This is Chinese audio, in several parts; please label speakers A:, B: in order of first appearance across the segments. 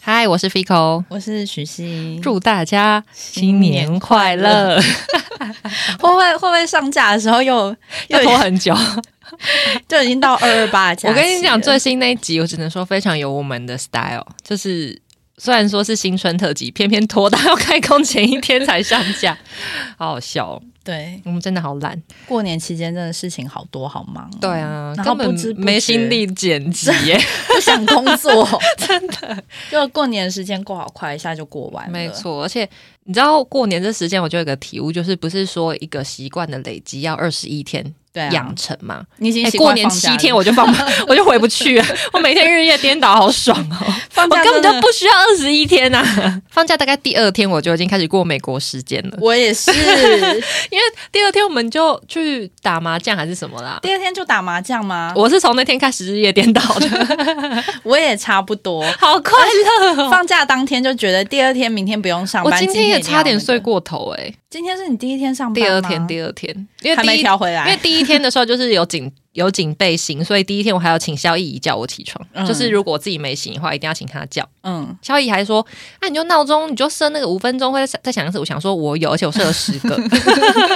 A: 嗨，我是 Fico，
B: 我是许昕，
A: 祝大家新年快乐！
B: 会不会会不会上架的时候又 又
A: 要拖很 久，
B: 就已经到二二八？
A: 我跟你讲，最新那一集我只能说非常有我们的 style，就是虽然说是新春特辑，偏偏拖到要开工前一天才上架， 好好笑、哦。
B: 对
A: 我们真的好懒，
B: 过年期间真的事情好多，好忙、哦。
A: 对，啊，
B: 然后
A: 根本
B: 不知不觉
A: 没心力剪辑 耶，
B: 不想工 作，真的。就过年的时间过好快，一下就过完了。
A: 没，错。而且你知道过年这时间，我就有个体悟，就是不是说一个习惯的累积要二十一天
B: 对啊
A: 养，成嘛？
B: 你已经
A: 哎、
B: 习
A: 过
B: 惯
A: 年
B: 放假
A: 七
B: 了
A: 天我就放，我就回不 去了。我每天日夜颠倒，好爽哦！
B: 放
A: 我
B: 假
A: 根本就
B: 真的
A: 不需要二十一天呐、 放假大概第二天我就已经开始过美国时间了，
B: 我 也是，
A: 因为第二天我们就去打麻将还是什么啦。
B: 第二天就打麻将吗？我
A: 我是从那天开始日夜颠倒 的，
B: 我也差不 多。
A: 好快乐哦！
B: 放假当天就觉得第二天、明天不用上
A: 我
B: 班，
A: 今天也
B: 一定要
A: 差点
B: 那个
A: 睡。过头哎、
B: 今天是你第一天上班
A: 第
B: 吗，
A: 二天，第二天，因为
B: 还
A: 第
B: 没
A: 一
B: 调回
A: 因为
B: 来，
A: 第一天的时候就是有警有警备心，所以第一天我还要请萧逸怡叫我起床。
B: 嗯
A: 就是如果我自己没醒的话，一定要请她叫。
B: 嗯，
A: 萧逸还说：“啊，你就闹钟，你就设那个五分钟，会再再响一次。”我想说，我有，而且我设了十个。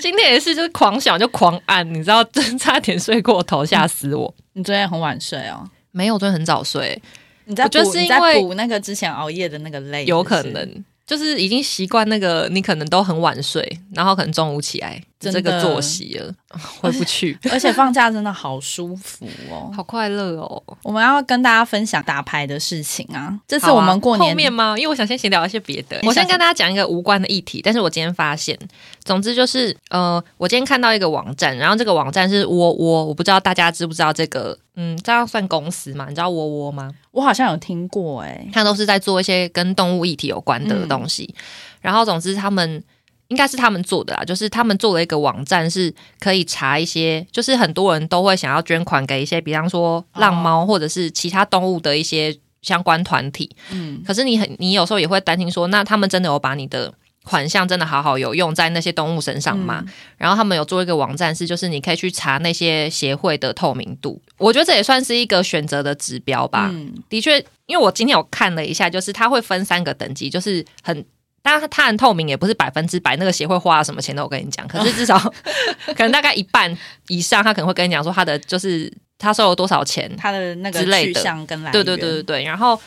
A: 今天也是，就是狂响就狂按，你知道，真差点睡过头，吓死我。
B: 你昨天很晚睡哦。
A: 没有，我真的很早睡，
B: 你在
A: 我觉得
B: 补
A: 是
B: 你
A: 因为
B: 在补那个之前熬夜的那个累，
A: 有可
B: 是不是
A: 能就是已经习惯那个，你可能都很晚睡，然后可能中午起来
B: 真
A: 这
B: 的
A: 个作息了， 回不去，
B: 而且放假真的好舒服哦。
A: 好快乐哦。
B: 我们要跟大家分享打牌的事情啊，这
A: 这
B: 是我们过
A: 后
B: 年
A: 面吗？因为我想先闲聊一些别的。
B: 你想
A: 我先跟大家讲一个无关的议题，但是我今天发现，总之就是呃，我今天看到一个网站，然后这个网站是窝窝，我不知道大家知不知道这个，嗯，这样算公司嘛？你知道窝窝吗？
B: 我好像有听过哎、
A: 它都是在做一些跟动物议题有关
B: 嗯
A: 的东西。然后，总之他们应该是他们做的啦，就是他们做了一个网站，是可以查一些，就是很多人都会想要捐款给一些，比方说浪
B: 哦
A: 猫或者是其他动物的一些相关团体。
B: 嗯，
A: 可是你很，你有时候也会担心说，那他们真的有把你的款项真的好好有用在那些动物身上吗？
B: 嗯
A: 然后他们有做一个网站是，就是你可以去查那些协会的透明度，我觉得这也算是一个选择的指标吧。
B: 嗯，
A: 的确，因为我今天有看了一下，就是它会分三个等级，就是很。当然，它很透明，也不是百分之百。那个协会花了什么钱都我跟你讲，可是至少 可能大概一半以上，他可能会跟你讲说他的就是他收了多少钱，
B: 他的那个
A: 之类
B: 去
A: 的
B: 向跟来源，
A: 对对对对对。然后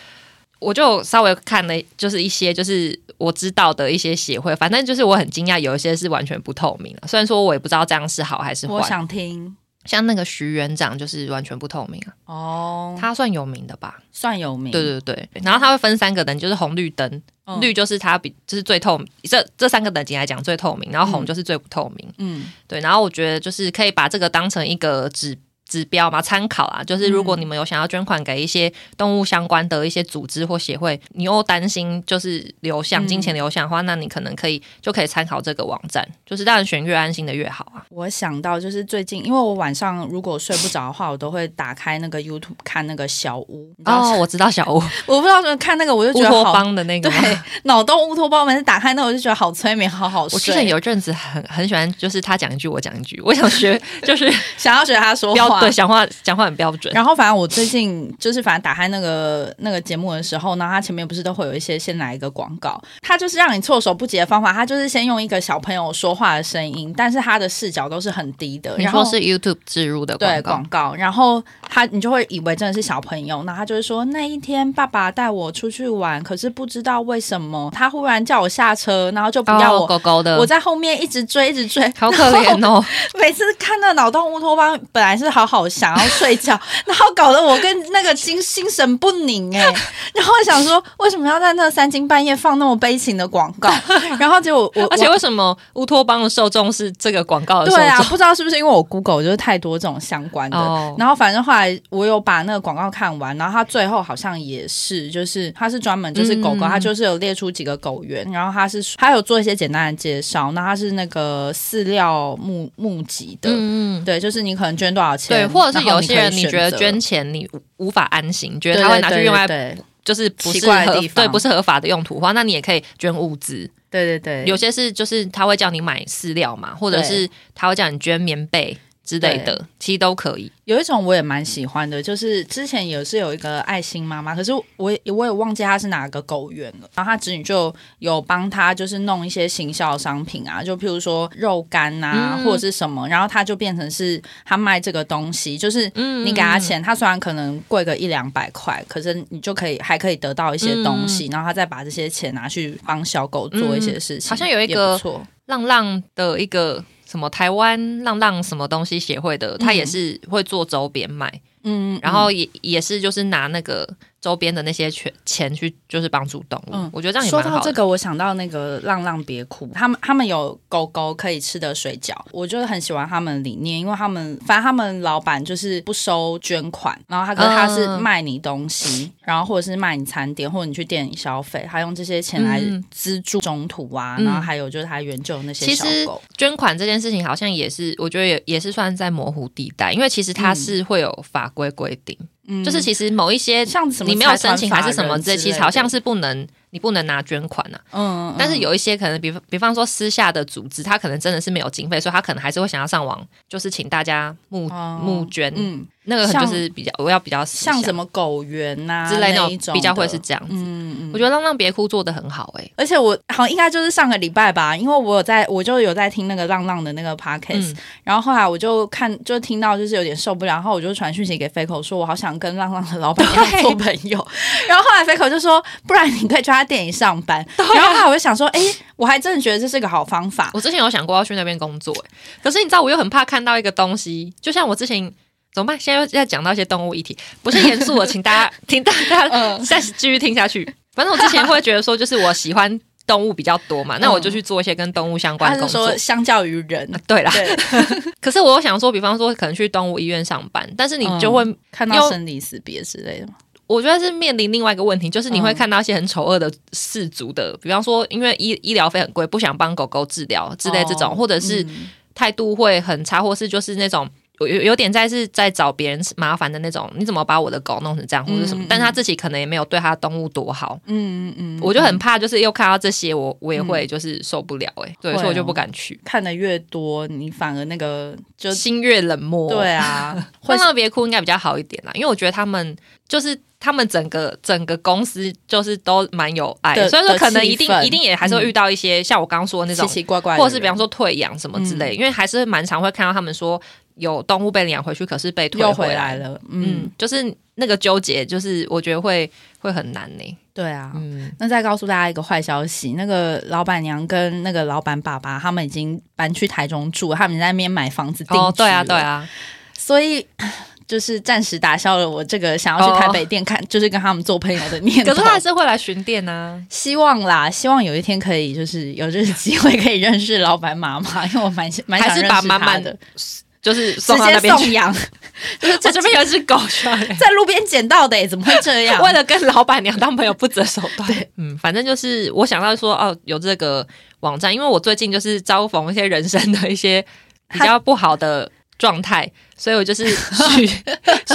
A: 我就稍微看了，就是一些就是我知道的一些协会，反正就是我很惊讶，有一些是完全不透明的。虽然说我也不知道这样是好还是
B: 我
A: 坏，
B: 想听
A: 像那个徐园长就是完全不透明啊，
B: 哦，
A: 他算有名的吧？
B: 算有名，
A: 对对对。然后他会分三个等，就是红绿灯，
B: 嗯
A: 绿就是它比就是最透明，这这三个等级来讲最透明，然后红就是最不透明。
B: 嗯
A: 对，然后我觉得就是可以把这个当成一个指指标嘛，参考啊。就是如果
B: 嗯
A: 你们有想要捐款给一些动物相关的一些组织或协会，你又担心就是流向
B: 嗯
A: 金钱流向的话，那你可能可以就可以参考这个网站，就是让人选越安心的越好啊。
B: 我想到就是最近，因为我晚上如果睡不着的话，我都会打开那个 YouTube 看那个小屋，你知道
A: 哦，我知道 小屋
B: 我不知道怎么看那个，我就
A: 乌
B: 觉得
A: 托
B: 好
A: 邦的那个
B: 对
A: 吗。
B: 脑洞乌托邦，每次打开那我就觉得好催眠，好好
A: 我之前
B: 睡，
A: 有阵子很很喜欢，就是他讲一句我讲一句，我想 学就是
B: 想要学他说
A: 标
B: 话，
A: 对讲话讲话很标准，
B: 然后反正我最近就是反正打开那个那个节目的时候呢，它前面不是都会有一些先来一个广告，它就是让你措手不及的方法，它就是先用一个小朋友说话的声音，但是它的视角都是很低的，
A: 你
B: 然后
A: 说是 YouTube 植入的
B: 对
A: 广告
B: 广，告，然后他你就会以为真的是小朋友，那他就是说那一天爸爸带我出去玩，可是不知道为什么他忽然叫我下车，然后就不要
A: 哦
B: 我。
A: 狗狗的，
B: 我在后面一直追，一直追，
A: 好可怜哦。
B: 每次看到脑洞乌托邦，本来是好好想要 睡觉，然后搞得我跟那个精心神不宁哎、然后我想说为什么要在那三更半夜放那么悲情的广告？然后结果我，我
A: 而且为什么乌托邦的受众是这个广告的受
B: 对啊，
A: 众？
B: 不知道是不是因为我 Google 就是太多这种相关的。
A: 哦
B: 然后反正后来我有把那个广告看完，然后它最后好像也是，就是它是专门就是狗狗，
A: 嗯
B: 它就是有列出几个狗园，然后它是它有做一些简单的介绍，那它是那个饲料募募集的，
A: 嗯嗯，
B: 对，就是你可能捐多少钱，
A: 对，或者是
B: 然
A: 有
B: 后可
A: 些
B: 以
A: 人你觉得
B: 选择
A: 捐钱你无无法安心，觉
B: 对
A: 得他会拿去用来
B: 对
A: 就是不
B: 奇
A: 是
B: 怪的
A: 合
B: 地方
A: 对不是合法的用途的话，那你也可以捐物资。
B: 对对对对
A: 有些是就是他会叫你买饲料嘛，或者
B: 对
A: 是他会叫你捐棉被之类的，其实都可以。
B: 有一种我也蛮喜欢的，就是之前也是有一个爱心妈妈，可是我也我也忘记她是哪个狗园了。然后她侄女就有帮她就是弄一些行销商品啊，就譬如说肉干啊、
A: 嗯
B: 或者是什么，然后她就变成是她卖这个东西，就是
A: 嗯
B: 你给她钱，她虽然可能贵个一两百块，可是你就可以还可以得到一些东西，然后她再把这些钱拿去帮小狗做一些事情。
A: 嗯嗯好像有一
B: 也
A: 个
B: 不错，
A: 浪浪的一个什么台湾浪浪什么东西协会的，他也是会做周边卖，
B: 嗯，
A: 然后也、也是就是拿那个周边的那些钱钱去就是帮助动物，
B: 嗯
A: 我觉得这样也
B: 说
A: 蛮
B: 到
A: 好
B: 这
A: 的。
B: 个，我想到那个浪浪别哭，他们他们有狗狗可以吃的水饺，我就是很喜欢他们的理念，因为他们反正他们老板就是不收捐款，然后他可是他是
A: 嗯
B: 卖你东西，然后或者是卖你餐点，或者你去店里消费，他用这些钱来
A: 嗯
B: 资助中途啊，
A: 嗯
B: 然后还有就是他援救那些
A: 其
B: 小
A: 实
B: 狗，
A: 捐款这件事情好像也是，我觉得也也是算在模糊地带，因为其实它是会有法规规定，
B: 嗯
A: 就是其实某一些
B: 像什么
A: 你没有申请还是什么
B: 这
A: 这其实好像是不能，你不能拿捐款啊。
B: 嗯，嗯
A: 但是有一些可能比，比方说私下的组织，他可能真的是没有经费，所以他可能还是会想要上网，就是请大家募、
B: 哦
A: 募捐，
B: 嗯，
A: 那个就是比较我要比较私下
B: 像什么狗园呐、
A: 之类
B: 那
A: 那
B: 一
A: 种
B: 种
A: 比较会
B: 的
A: 是这样子。
B: 嗯嗯
A: 我觉得《浪浪别哭》做的很好哎、
B: 而且我好像应该就是上个礼拜吧，因为我有在，我就有在听那个浪浪的那个 podcast，、
A: 嗯
B: 然后后来我就看，就听到就是有点受不了，然后我就传讯息给 Faco 说，我好想跟浪浪的老板娘
A: 对
B: 做朋友。 然后后来 Faco 就说，不然你可以去他店里上班。
A: 啊
B: 然后后来我就想说，哎、我还真的觉得这是个好方法。
A: 我之前有想过要去那边工作、欸，可是你知道，我又很怕看到一个东西，就像我之前怎么办？现在又在讲到一些动物议题，不是严肃的，请 大家听大家
B: 嗯
A: 再继续听下去。反正我之前会觉得说，就是我喜欢动物比较多嘛，那我就去做一些跟动物相关
B: 嗯他
A: 的
B: 是
A: 工作
B: 说，。相较于 人，
A: 啊对啦，
B: 对，
A: 可是我又想说，比方说可能去动物医院上班，但是你就会，
B: 看
A: 因为
B: 到生离死别之类的嘛。
A: 我觉得是面临另外一个问题，就是你会
B: 嗯
A: 看到一些很丑恶的氏族的，比方说因为医医疗费很贵，不想帮狗狗治疗之类这种，
B: 哦
A: 或者是
B: 嗯
A: 态度会很差，或是就是那种有有有点在是在找别人麻烦的那种，你怎么把我的狗弄成这样，或者什么？
B: 嗯嗯
A: 但他自己可能也没有对他动物多好，
B: 嗯嗯嗯，
A: 我就很怕，就是又看到这些，我我也会就是受不了、欸，哎、对，
B: 会哦
A: 所以我就不敢去，
B: 看的越多，你反而那个就
A: 心越冷漠。
B: 对， 啊，会
A: 欢乐别哭应该比较好一点啦，因为我觉得他们就是。他们整个整个公司就是都蛮有爱的，
B: 的
A: 所以说可能
B: 的气
A: 一定
B: 氛嗯
A: 一定也还是会遇到一些、像我刚刚说的那种
B: 奇奇怪怪的人，嗯
A: 或者是比方说退养什么之类，因为还是蛮常会看到他们说有动物被领养回去，可是被退
B: 又
A: 回
B: 回
A: 来。
B: 来了，
A: 嗯
B: 嗯，，
A: 就是那个纠结，就是我觉得会会很难呢。
B: 对啊。
A: 嗯，
B: 那再告诉大家一个坏消息，那个老板娘跟那个老板爸爸他们已经搬去台中住，他们在那边买房子定居、
A: 哦，对啊，对，啊，
B: 所以就是暂时打消了我这个想要去台北店看， 就是跟他们做朋友的念头。
A: 哦 可是他还是会来巡店啊。
B: 希望啦，希望有一天可以就是有这个机会可以认识老板妈妈， 因为我蛮蛮想
A: 还
B: 认
A: 是
B: 识
A: 把
B: 她
A: 满满
B: 的，
A: 就是
B: 直
A: 送到那
B: 接
A: 边去
B: 送，养， 就是
A: 我
B: 这
A: 这边有一只狗出来，
B: 在路边捡到的耶，欸怎么会这样？
A: 为了跟老板娘当朋友不择手段。嗯，反正就是我想到说，哦，有这个网站，因为我最近就是遭逢一些人生的一些比较不好的状态，所以我 就是许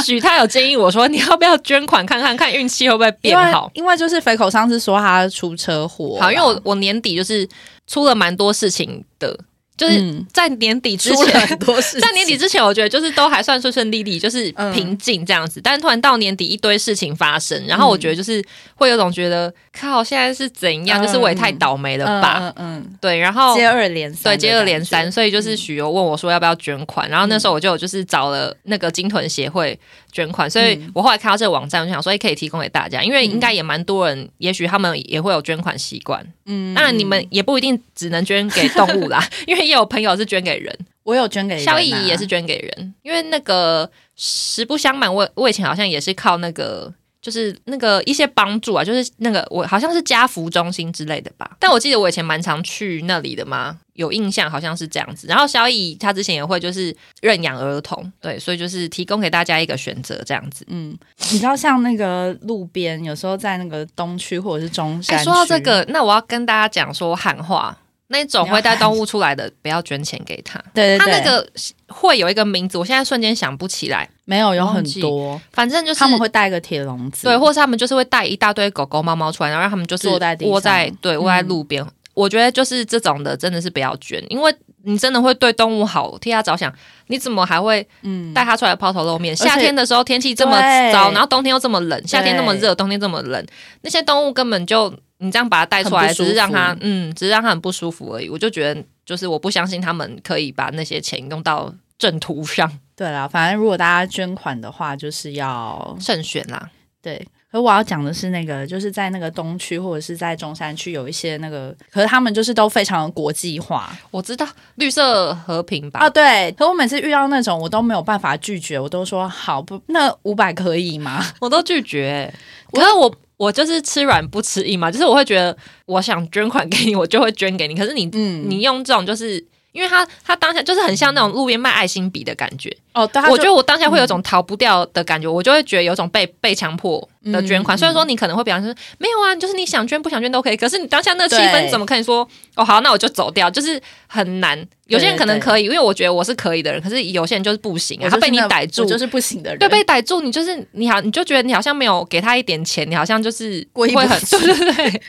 A: 许他有建议我说，你要不要捐款看看，看运气会不会变好？
B: 因为因为就是肥口上次说他出车祸啦，
A: 好，因为我我年底就是出了蛮多事情的，就是
B: 嗯
A: 在年底之
B: 出了
A: 前。
B: 很多事情，
A: 在年底之前，我觉得就是都还算顺顺利利，就是
B: 嗯
A: 平静这样子。但是突然到年底，一堆事情发生，然后我觉得就是会有种觉得，靠，现在是怎样？
B: 嗯
A: 就是我也太倒霉了吧？
B: 嗯嗯
A: 对，然
B: 嗯，
A: 后
B: 接二连三，
A: 对接二连
B: 嗯
A: 三，，所以就是许由问我说要不要捐款，然后那时候我就有就是找了那个金屯协会捐款，所以
B: 嗯
A: 我后来看到这个网站，我就想说，哎，可以提供给大家，因为应该也蛮多人，也许他们也会有捐款习惯。
B: 嗯
A: 当然，你们也不一定只能捐给动物啦， 因为也有朋友是捐给人，
B: 我有捐给人啊
A: 效益也是，捐给人，因为那个实不相瞒，我我以前好像也是靠那个。就是那个一些帮助啊，就是那个我好像是家福中心之类的吧，但我记得我以前蛮常去那里的嘛，有印象好像是这样子。然后小乙他之前也会就是认养儿童，对，所以就是提供给大家一个选择这样子。
B: 嗯，你知道像那个路边，有时候在那个东区或者是中山
A: 哎，
B: 区，
A: 说到这个，那我要跟大家讲说喊话，那种会带
B: 你要喊
A: 动物出来的，不要捐钱给他。
B: 对，对对，
A: 他那个会有一个名字，我现在瞬间想不起来，
B: 没有有很
A: 忘记
B: 多，
A: 反正就是
B: 他们会带个铁笼子，
A: 对，或是他们就是会带一大堆狗狗、猫猫出来，然后让他们就是
B: 坐在地上嗯
A: 窝在对窝在路边。我觉得就是这种的，真的是不要捐，因为你真的会对动物好，替它着想，你怎么还会
B: 嗯，
A: 带它出来抛头露面？
B: 且
A: 夏天的时候天气这么
B: 对
A: 糟，然后冬天又这么冷，夏天那么热，冬天这么冷，那些动物根本就你这样把它带出来，
B: 很不舒
A: 只
B: 服
A: 是让它嗯，只是让它很不舒服而已。我就觉得，就是我不相信他们可以把那些钱用到正途 上
B: 对啦，反正如果大家捐款的话，就是要
A: 慎选啦。
B: 对。可我要讲的是那个，就是在那个东区或者是在中山区有一些那个，可是他们就是都非常的国际化
A: 我知道绿色和平吧，
B: 啊。对，可我每次遇到那种，我都没有办法拒绝，我都说好不，那五百可以吗？
A: 我都拒绝欸、可是我我就是吃软不吃硬嘛，就是我会觉得我想捐款给你，我就会捐给你。可是你、
B: 嗯，
A: 你用这种就是。因为他他当下就是很像那种路边卖爱心笔的感觉，
B: 哦，对，他
A: 我觉
B: 就
A: 得我当下会有种逃不掉的感觉，我就会觉得有种被被强迫的捐款。
B: 嗯
A: 虽然说你可能会表示没有啊，就是你想捐不想捐都可以，可是你当下那个气氛
B: 对
A: 你怎么可以说哦好，那我就走掉，就是很难。有些人可能可以，因为我觉得我是可以的人，可是有些人就是不行啊，
B: 我
A: 他
B: 就是
A: 被你
B: 那
A: 逮住
B: 我，就是不行的人，
A: 对，被逮住，你就是你好，你就觉得你好像没有给他一点钱，你好像就是
B: 过
A: 会
B: 意不
A: 很
B: 去
A: 对对对，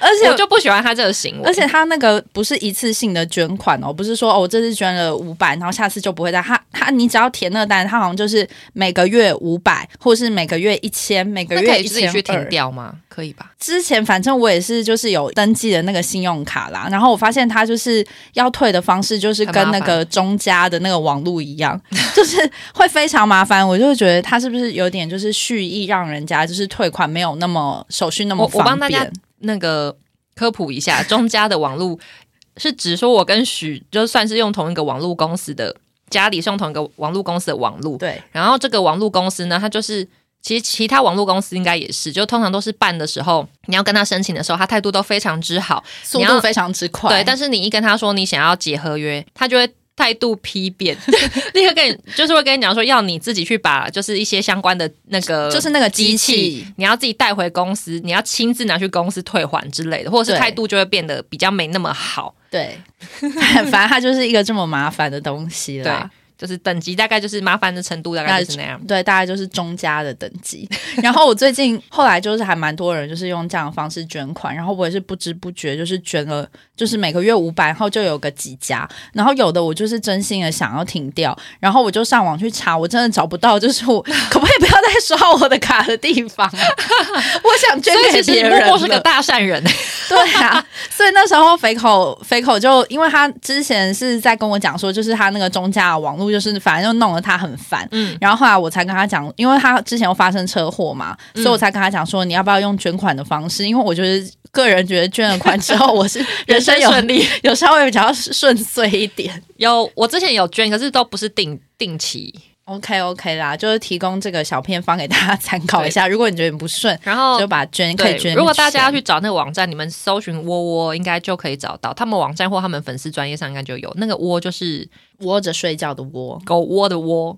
B: 而且
A: 我就不喜欢他这个行为，
B: 而且他那个不是一次性的捐款哦，不是说哦，我这次捐了五百，然后下次就不会再。他他你只要填那个单，他好像就是每个月五百，或是每个月一千，每个
A: 那可
B: 月
A: 以
B: 一
A: 自己
B: 千
A: 去停
B: 二。
A: 掉吗？可以吧？
B: 之前反正我也是就是有登记的那个信用卡啦，然后我发现他就是要退的方式就是
A: 很
B: 跟
A: 麻
B: 那
A: 烦
B: 个中家的那个网路一 样，就是会非常麻烦。我就会觉得他是不是有点就是蓄意让人家就是退款没有那么手续那么
A: 我我
B: 方
A: 帮大家
B: 便。
A: 那个科普一下，中家的网路是指说我跟许就算是用同一个网路公司的，家里是用同一个网路公司的网路，
B: 对，
A: 然后这个网络公司呢，它就是其实其他网络公司应该也是，就通常都是办的时候，你要跟他申请的时候，他态度都非常之好，
B: 速
A: 你
B: 度
A: 要
B: 非常之快。
A: 对，但是你一跟他说你想要解合约，他就会。态度批 变，立刻跟你就是会跟你讲说，要你自己去把就是一些相关的那个，
B: 就是那个
A: 机
B: 机
A: 器
B: 器，，
A: 你要自己带回公司，你要亲自拿去公司退还之类的，或者是
B: 对
A: 态度就会变得比较没那么好。
B: 对， 反正它就是一个这么麻烦的东西
A: 对啊
B: 啦。，
A: 就是等级大概就是麻烦的程度大概就是那样。
B: 对，大概就是中家的等级。 然后我最近后来就是还蛮多人就是用这样的方式捐款，然后我也是不知不觉就是捐了，就是每个月五百，然后就有个几家，然后有的我就是真心的想要停掉，然后我就上网去查，我真的找不到，就是我 可不可以不要再刷我的卡的地方啊、 我想捐
A: 所以
B: 给
A: 其
B: 别
A: 实
B: 人啊
A: 默默
B: 了。
A: 是个大善人，
B: 对啊，所以那时候肥口肥口就因为他之前是在跟我讲说，就是他那个中价网络就是反正就弄得他很烦，
A: 嗯
B: 然后后来我才跟他讲，因为他之前又发生车祸嘛，所以我才跟他讲说你要不要用捐款的方式，因为我觉得个人觉得捐了款之后，我是 人 生有
A: 顺利。
B: 有稍微比较顺遂一点。
A: 有我之前有捐，可是都不是定定期，
B: OK OK 啦，就是提供这个小偏方给大家参考一下。如果你觉得你不顺，
A: 然后
B: 就把捐可
A: 对
B: 以捐。
A: 如果大家要去找那个网站，你们搜寻窝窝应该就可以找到，他们网站或他们粉丝专业上应该就有那个窝，就是
B: 窝着睡觉的 窝，
A: 狗窝的窝，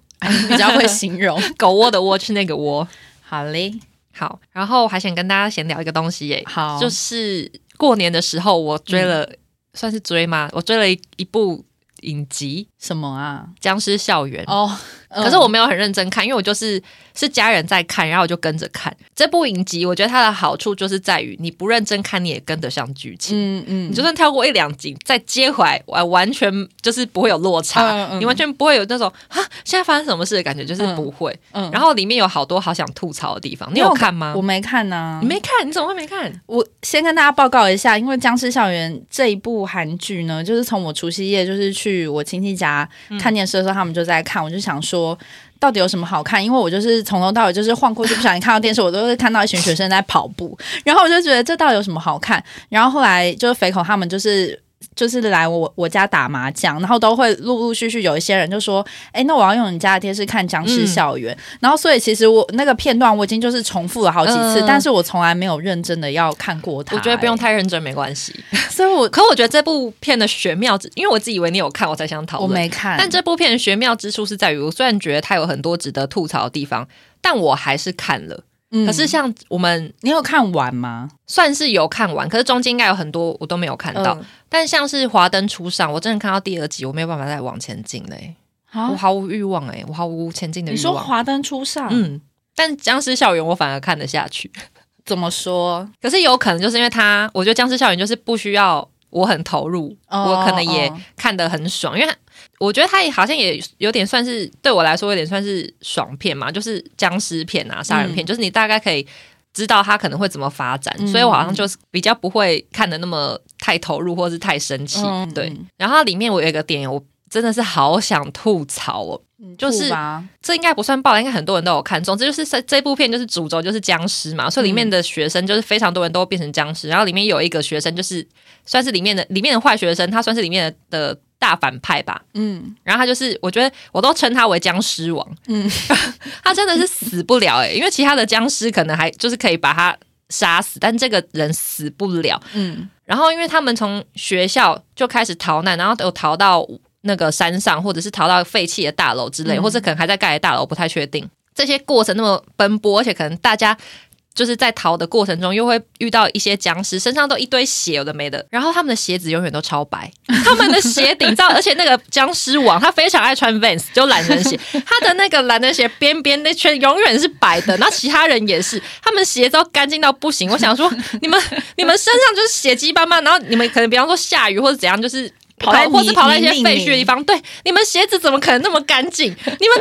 B: 比较会形容。
A: 狗窝的窝是那个窝。
B: 好嘞，
A: 好，然后还想跟大家闲聊一个东西耶，
B: 好，嗯
A: 就是过年的时候我追了，算是追吗？我追了一一部影集
B: 什么啊？
A: 《僵尸校园》
B: 哦，
A: 可是我没有很认真看，因为我就是是家人在看，然后我就跟着看这部影集。我觉得它的好处就是在于你不认真看，你也跟得上剧情。
B: 嗯嗯，
A: 你就算跳过一两集，再接回来，完完全就是不会有落差，
B: 嗯嗯
A: 你完全不会有那种啊现在发生什么事的感觉，就是
B: 嗯
A: 不会。
B: 嗯
A: 然后里面有好多好想吐槽的地方，你有
B: 因为
A: 看吗嗯
B: 我？没看啊呢、
A: 你没看？你怎么会没看？
B: 我先跟大家报告一下，因为《僵尸校园》这一部韩剧呢，就是从我除夕夜就是去我亲戚家看电视的时候，他们就在看，我就想说。到底有什么好看？因为我就是从头到尾就是晃过去，不小心看到电视，我都会看到一群学生在跑步， 然后我就觉得这到底有什么好看？然后后来就是肥口他们就是就是来我我家打麻将，然后都会陆陆续续有一些人就说：“哎，那我要用你家的电视看《僵尸校园》然后所以其实我那个片段我已经就是重复了好几次，
A: 嗯
B: 但是我从来没有认真的要看过它、欸
A: 我觉得不用
B: 诶，
A: 太认真，没关系。
B: 所以我
A: 可我觉得这部片的玄妙之，因为我自己以为你有看，我才想讨
B: 我
A: 论。
B: 没看，
A: 但这部片的玄妙之处是在于，我虽然觉得它有很多值得吐槽的地方，但我还是看了。
B: 嗯
A: 可是像我们
B: 你有看完吗？
A: 算是有看完，可是中间应该有很多我都没有看到。
B: 嗯
A: 但像是《华灯初上》，我真的看到第二集，我没有办法再往前进嘞、我
B: 啊，
A: 毫无欲望哎、我毫无前进的欲
B: 你说《
A: 望。
B: 华灯初上》
A: 嗯，但《僵尸校园》我反而看得下去。
B: 怎么说？
A: 可是有可能就是因为它，我觉得《僵尸校园》就是不需要我很投入，
B: 哦
A: 我可能也
B: 哦
A: 看得很爽，因为它我觉得它也好像也有点算是对我来说有点算是爽片嘛，就是僵尸片啊、杀人片，就是你大概可以知道它可能会怎么发展，
B: 嗯
A: 所以我好像就是比较不会看的那么太投入或是太生气。
B: 嗯
A: 对
B: 嗯，
A: 然后它里面我有一个点，我真的是好想吐槽哦，就是
B: 吐嗯吧
A: 这应该不算爆，应该很多人都有看。总之就是这这部片就是主轴就是僵尸
B: 嗯
A: 嘛，所以里面的学生就是非常多人都变成僵尸。然后里面有一个学生就是算是里面的里面的坏学生，他算是里面的的大反派吧。
B: 嗯
A: 然后他就是我觉得我都称他为僵尸王，
B: 嗯，
A: 他真的是死不了诶、欸因为其他的僵尸可能还就是可以把他杀死，但这个人死不了。
B: 嗯
A: 然后因为他们从学校就开始逃难，然后有逃到那个山上，或者是逃到废弃的大楼之类，
B: 嗯
A: 或者可能还在盖的大楼，不太确定。这些过程那么奔波，而且可能大家。就是在逃的过程中，又会遇到一些僵尸，身上都一堆血，有的没的。然后他们的鞋子永远都超白， 他们的鞋顶到，而且那个僵尸王他非常爱穿 Vans，就懒人鞋，他的那个懒人鞋边边那圈永远是白的，然后其他人也是，他们鞋都干净到不行。我想说，你们 你们身上就是血迹斑斑，然后你们可能比方说下雨或者怎样，就是。
B: 跑在泥
A: 或是跑到一些废墟
B: 泥泞
A: 的地方，对，你们鞋子怎么可能那么干净？你们那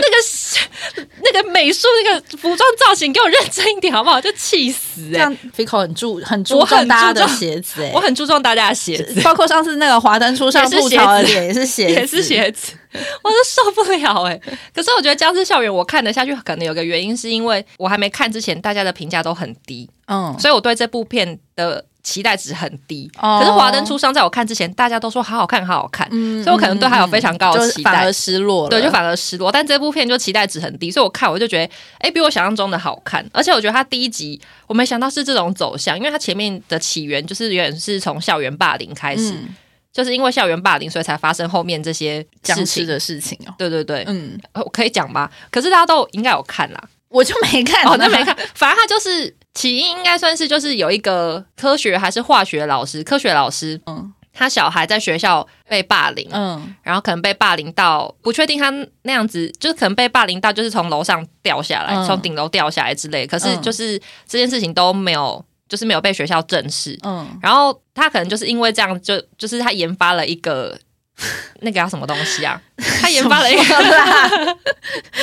A: 个那个美术、那个服装造型，给我认真一点好不好？就气死
B: 这
A: 哎、
B: 样 Fico 很注很注
A: 我很
B: 重大家的
A: 注重
B: 鞋子、欸，
A: 我很注重大家的鞋子，
B: 包括上次那个华灯初上
A: 也是
B: 吐
A: 鞋
B: 槽的
A: 子
B: 脸也是鞋子，
A: 也是鞋子， 我都受不了哎、可是我觉得《僵尸校园》我看得下去，可能有个原因是因为我还没看之前，大家的评价都很低，
B: 嗯，
A: 所以我对这部片的期待值很低。
B: 哦
A: 可是《华灯初上》在我看之前，大家都说好好看，好好看，
B: 嗯
A: 所以我可能对它有非常高的
B: 就是
A: 期
B: 反
A: 待
B: 而。失落了，
A: 对，就反而失落。但这部片就期待值很低，所以我看我就觉得，哎，比我想象中的好看。而且我觉得它第一集我没想到是这种走向，因为它前面的起源就是原本是从校园霸凌开始，
B: 嗯
A: 就是因为校园霸凌，所以才发生后面这些
B: 僵
A: 事
B: 尸
A: 情。
B: 的事情哦，
A: 对对对，
B: 嗯，
A: 呃我可以讲吧？可是大家都应该有看啦，
B: 我就没看，
A: 哦，那没，看，反正他就是起因应该算是就是有一个科学还是化学老师，科学老师，
B: 嗯
A: 他小孩在学校被霸凌，
B: 嗯
A: 然后可能被霸凌到不确定他那样子，就是可能被霸凌到就是从楼上掉下来，
B: 嗯
A: 从顶楼掉下来之类，可是
B: 嗯
A: 就是这件事情都没有，就是没有被学校正视，
B: 嗯，
A: 然后他可能就是因为这样就就是他研发了一个 那个叫什么东西 啊？他研发了一个，
B: 啦，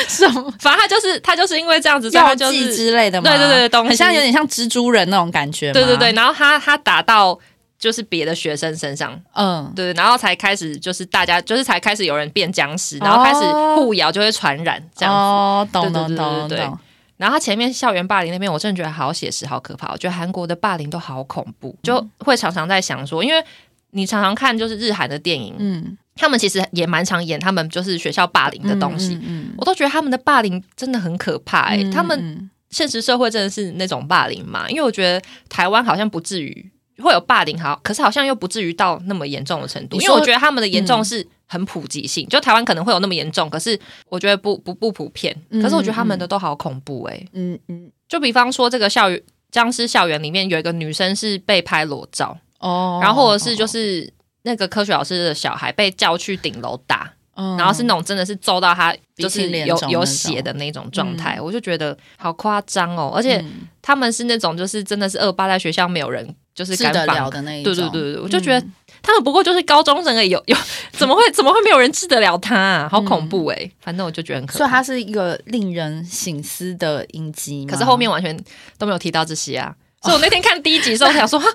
B: 什 么
A: 反正他就是他就是因为这样子，所以
B: 药
A: 他就
B: 剂
A: 是
B: 之类的吗？
A: 对对对东西
B: 很像有点像蜘蛛人那种感觉，
A: 对对对，，然后他他打到就是别的学生身上，
B: 嗯，
A: 对，然后才开始就是大家就是才开始有人变僵尸，然后开始互咬就会传染这样子。
B: 哦，懂
A: 对
B: 懂
A: 对
B: 懂嗯
A: 对对对
B: 懂，
A: 然后他前面校园霸凌那边，我真的觉得好写实、好可怕。我觉得韩国的霸凌都好恐怖，
B: 嗯
A: 就会常常在想说，因为你常常看就是日韩的电影，
B: 嗯，
A: 他们其实也蛮常演他们就是学校霸凌的东西。
B: 嗯，嗯
A: 我都觉得他们的霸凌真的很可怕、欸，
B: 嗯
A: 他们
B: 嗯
A: 现实社会真的是那种霸凌嘛？因为我觉得台湾好像不至于会有霸凌，好，可是好像又不至于到那么严重的程度。
B: 你
A: 因
B: 说嗯
A: 为我觉得他们的严重是很普及性，就台湾可能会有那么严重，可是我觉得不不不普遍。
B: 嗯
A: 可是我觉得他们的都好恐怖欸诶、
B: 嗯嗯，
A: 就比方说这个校园僵尸校园里面有一个女生是被拍裸照，
B: 哦，
A: 然后或者是就是。那个科学老师的小孩被叫去顶楼打，
B: 嗯，
A: 然后是那种真的是揍到他就是
B: 鼻青脸
A: 有
B: 肿
A: 有
B: 那种嗯
A: 血的那种状态，我就觉得好夸张哦！而
B: 而
A: 且他们是那种就是真的是恶霸在学校没有人就是
B: 治
A: 敢
B: 得了
A: 访，
B: 的那一
A: 对
B: 种，嗯
A: 对对对，我就觉得他们不过就是高中生而已，有有 怎么会怎么会没有人治得了他、啊？好
B: 嗯
A: 恐怖哎、反正我就觉得很可
B: 所以
A: 怕
B: 它。是一个令人醒思的影集吗。
A: 可是后面完全都没有提到这些啊，所以我那天看第一集的时候我想说，哈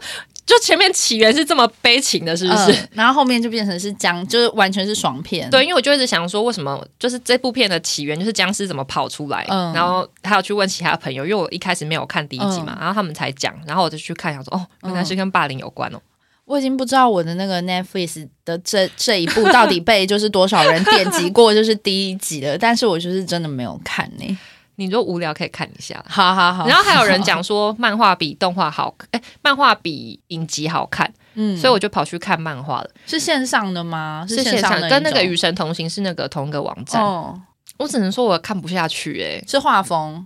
A: 就前面起源是这么悲情的，是不是？
B: 哦 嗯然后后面就变成是僵，就是完全是爽片。
A: 对，因为我就一直想说，为什么就是这部片的起源就是僵尸怎么跑出来，
B: 嗯
A: 然后还有去问其他朋友，因为我一开始没有看第一集
B: 嗯
A: 嘛，然后他们才讲，然后我就去看，想说哦，原来是跟霸凌有关哦。
B: 嗯我已经不知道我的那个 Netflix 的这这一 部到底被就是多少人点击过，就是第一集了。但是我就是真的没有看呢、
A: 你如果无聊可以看一下啦。
B: 好好好，
A: 然后还有人讲说漫画比动画 好，哎、漫画比影集好看，
B: 嗯
A: 所以我就跑去看漫画了。
B: 是线上的吗？
A: 是
B: 线
A: 线上
B: 的一种，
A: 跟那个《与神同行》是那个同一个网站。
B: 哦，
A: 我只能说我看不下去、哎，
B: 是画风。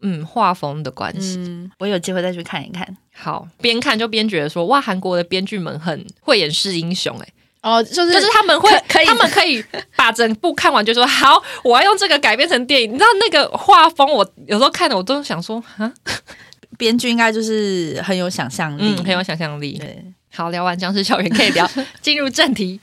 A: 嗯，画风的关系。
B: 嗯，我有机会再去看一看。
A: 好，边看就边觉得说，哇，韩国的编剧们很会演示英雄、哎，
B: 哦，就是
A: 就是他们会
B: 可，可以
A: 他们可以把整部看完就说好，我要用这个改编成电影。你知道那个画风，我有时候看的我都想说，啊，
B: 编剧应该就是很有想象力，
A: 嗯，很有想象力。
B: 对。
A: 好，聊完僵尸校园可以聊进入正题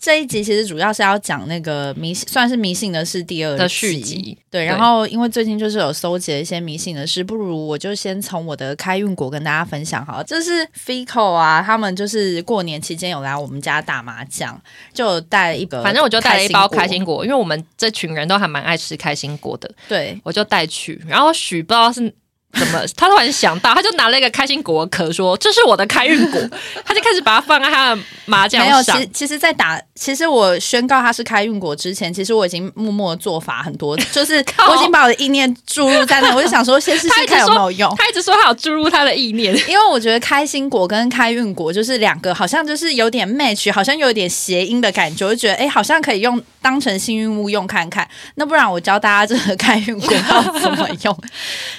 B: 这一集其实主要是要讲那个迷信，算是迷信的是第二
A: 的
B: 季
A: 续 集。
B: 对，
A: 对
B: 然后因为最近就是有搜集了一些迷信的事，不如我就先从我的开运果跟大家分享好了。就是 Fico 啊，他们就是过年期间有来我们家打麻将，就有带了一个，
A: 反正我就带了一包开
B: 呃心
A: 心果，因为我们这群人都还蛮爱吃开心果的，
B: 果。对，
A: 我就带去。然后许不知道是怎么， 他突然想到，他就拿了一个开心果的壳，说：“这是我的开运果。” 他就开始把它放在他的麻
B: 没
A: 将
B: 有，其
A: 上
B: 实。其实，在打，其实我宣告它是开运果之前，其实我已经默默地做法很多，就是
A: 靠
B: 我已经把我的意念注入在那，我就想说先试
A: 他
B: 试
A: 一直
B: 看有
A: 说
B: 没有用。
A: 他一直说他有注入他的意念，
B: 因为我觉得开心果跟开运果就是两个，好像就是有点 match，好像有点谐音的感觉，我就觉得哎、诶好像可以用当成幸运物用看看。那不然我教大家这个开运果要怎么用，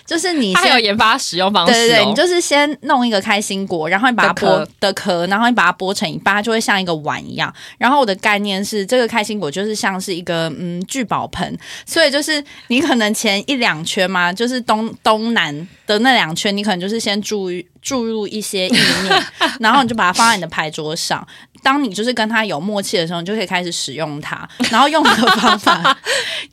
B: 就是你
A: 他还
B: 先
A: 有研发使用方式、哦。
B: 对对对，你就是先弄一个开心果，然后你把它剥的壳，然后你把它剥成一半，它就会像一个碗一样。然后我的概念是，这个开心果就是像是一个嗯聚宝盆，所以就是你可能前一两圈嘛，就是东东南的那两圈，你可能就是先注入注入一些意 念，然后你就把它放在你的牌桌上。当你就是跟它有默契的时候，你就可以开始使用它，然后用的 方法，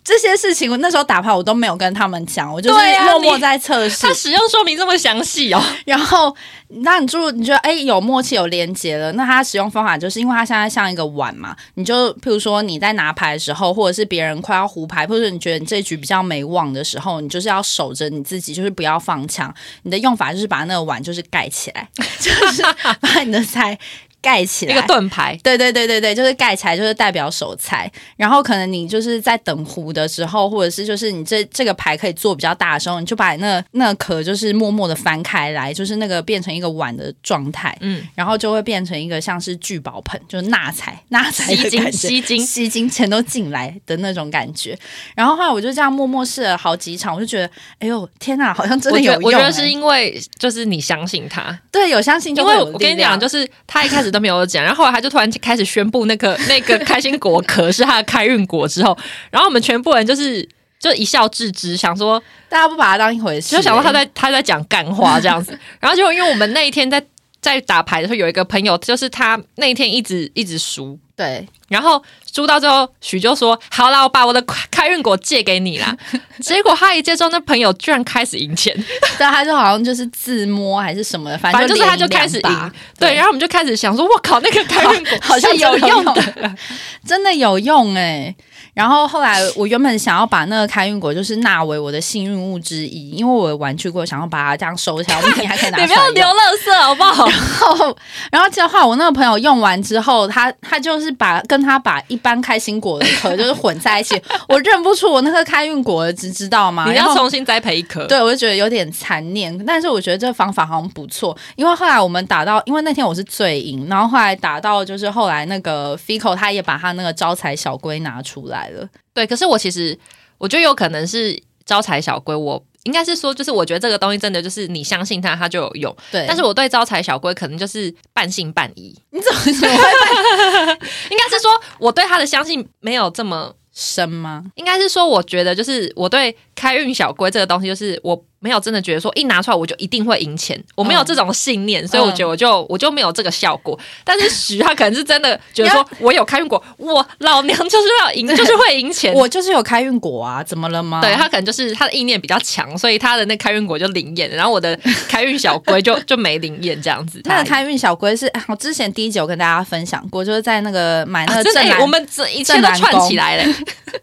B: 这些事情我那时候打牌我都没有跟他们讲，我就是
A: 对啊
B: 默默
A: 你
B: 在测试、
A: 他使用说明这么详细 哦，
B: 然后，那你就你觉得哎、有默契有连接了，那它使用方法就是因为它现在像一个碗嘛，你就譬如说你在拿牌的时候，或者是别人快要胡牌，或者你觉得你这一局比较没望的时候，你就是要守着你自己，就是不要放枪。你的用法就是把那个碗就是盖起来， 就是把你的菜盖起
A: 一
B: 来，
A: 个盾牌。
B: 对对对对对，就是盖起来就是代表手菜，然后可能你就是在等壶的时候，或者是就是你这这个牌可以做比较大的时候，你就把那那个壳就是默默的翻开来，就是那个变成一个碗的状态，
A: 嗯，
B: 然后就会变成一个像是聚宝盆，就是纳财纳财
A: 吸
B: 的
A: 金
B: 感觉。
A: 吸金，
B: 吸金钱都进来的那种感觉，然后后来我就这样默默试了好几场，我就觉得，哎呦天哪，好像真
A: 我
B: 的
A: 觉
B: 有
A: 得
B: 用、
A: 我觉得是
B: 哎
A: 因为就是你相信他，
B: 对有相信就
A: 因
B: 会
A: 为
B: 有力量，
A: 我跟你讲，就是他一开始都没有讲，然后后来他就突然开始宣布那个那个开心果壳是他的开运果之后，然后我们全部人就是就一笑置之，想说
B: 大家不把它当一回事、
A: 就想到他
B: 哎
A: 在他在讲干话这样 子，然后结果因为我们那一天在在打牌的时候，有一个朋友就是他那一天一直一直输，
B: 对，
A: 然后输到最后，许就说：“好啦，我把我的开运果借给你 啦。”结果他一借之后，那朋友居然开始赢钱，
B: 对，他就好像就是自摸还是什么的，反
A: 反正
B: 正
A: 就是
B: 连
A: 他就开始
B: 两把
A: 赢。对，然后我们就开始想说：“我靠，那个开运果
B: 好像
A: 是有
B: 真的有
A: 用的。
B: 真的有用哎、然后后来我原本想要把那个开运果就是纳为我的幸运物之一，因为我有玩具过，想要把它这样收起来，我明年还可以拿
A: 你
B: 出
A: 不
B: 来
A: 要
B: 用
A: 留垃圾好不 好？
B: 然后，然后这话我那个朋友用完之后，他他就是把跟他把一般开心果的壳就是混在一起，我认不出我那颗开运果了，只知道吗？
A: 你
B: 然后
A: 要重新栽培一颗。
B: 对，我就觉得有点残念，但是我觉得这个方法好像不错，因为后来我们打到，因为那天我是最赢，然后后来打到就是后来那个 Fico 他也把他那个招财小龟拿出来了，
A: 对，可是我其实我觉得有可能是招财小龟，我应该是说，就是我觉得这个东西真的就是你相信它，它就有用。
B: 对，
A: 但是我对招财小龟可能就是半信半疑，
B: 你怎么怎么会
A: 应该是说我对它的相信没有这么。
B: 生吗？
A: 应该是说，我觉得就是我对开运小龟这个东西，就是我没有真的觉得说一拿出来我就一定会赢钱，我没
B: 嗯
A: 有这种信念，所以我觉得我就我就没有这个效果。但是许他可能是真的觉得说，我有开运果，我老娘就是要赢，就是会赢钱。
B: 我就是有开运果啊，怎么了吗？
A: 对他可能就是他的意念比较强，所以他的那开运果就灵验，然后我的开运小龟就就没灵验这样子。
B: 那个开运小龟是，哎我之前第一集有跟大家分享过，就是在那个买那
A: 啊
B: 个
A: 真的
B: 呃正
A: 欸，
B: 南、
A: 我们这一切
B: 正
A: 都
B: 南
A: 串
B: 宫
A: 起 来了。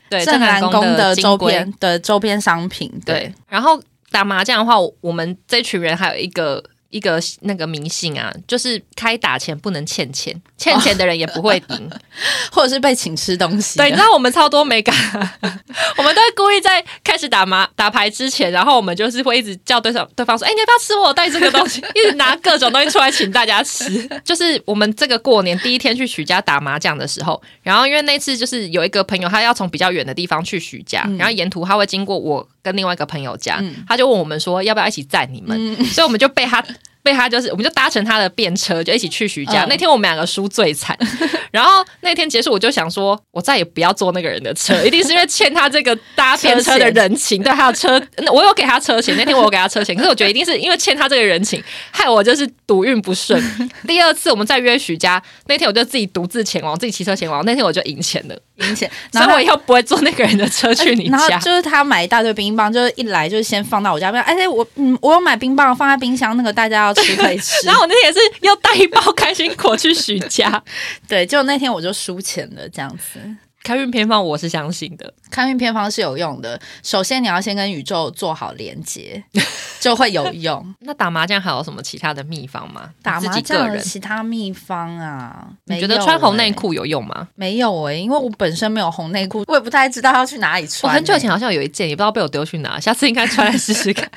A: 对，
B: 正南
A: 宫
B: 宫的
A: 金
B: 周
A: 龟
B: 边的周边商品，
A: 对，然后打麻将的话，我我们这群人还有一个一个那个迷信啊，就是开打前不能欠钱，欠钱的人也不会 赢。
B: 或者是被请吃东西的，
A: 对，你知道我们超多美感， 我们都会故意在开始打麻打牌之前，然后我们就是会一直叫对手对方说：“哎、你要不要吃我带这个东西？”一直拿各种东西出来请大家吃。就是我们这个过年第一天去许家打麻将的时候，然后因为那次就是有一个朋友他要从比较远的地方去许家，然后沿途他会经过我跟另外一个朋友家，他就问我们说要不要一起载你们，所以我们就被他。被他就是，我们就搭乘他的便车，就一起去徐家。那天我们两个输最惨，然后那天结束，我就想说，我再也不要坐那个人的 车，一定是因为欠他这个搭便车的人情，对，还有车，那我有给他车钱，那天我有给他车钱，可是我觉得一定是因为欠他这个人情，害我就是赌运不 顺。第二次我们再约徐家，那天我就自己独自前往，自己骑车前往，那天我就赢钱了，
B: 并 且，
A: 所以
B: 然后
A: 我以后不会坐那个人的车去你
B: 然后
A: 家。
B: 就是他买一大堆冰棒，就是一来就是先放到我家，不然而且我嗯，我有买冰棒放在冰箱，那个大家要吃可以吃。
A: 然后我那天也是又带一包开心果去徐 家，
B: 对，就那天我就输钱了，这样子。
A: 开运偏方我是相信的。
B: 看运偏方是有用的，首先你要先跟宇宙做好连接，就 会有用。
A: 那打麻将还有什么其他的秘方吗？
B: 打
A: 你
B: 麻
A: 自己个
B: 将的
A: 人，
B: 其他秘方啊，
A: 你
B: 没
A: 觉得
B: 有
A: 穿红
B: 欸
A: 内裤有用吗？
B: 没有诶、因为我本身没有红内裤，我也不太知道要去哪里
A: 我
B: 穿欸、
A: 很久以前好像有一件，也不知道被我丢去哪， 下次应该穿来试试 看。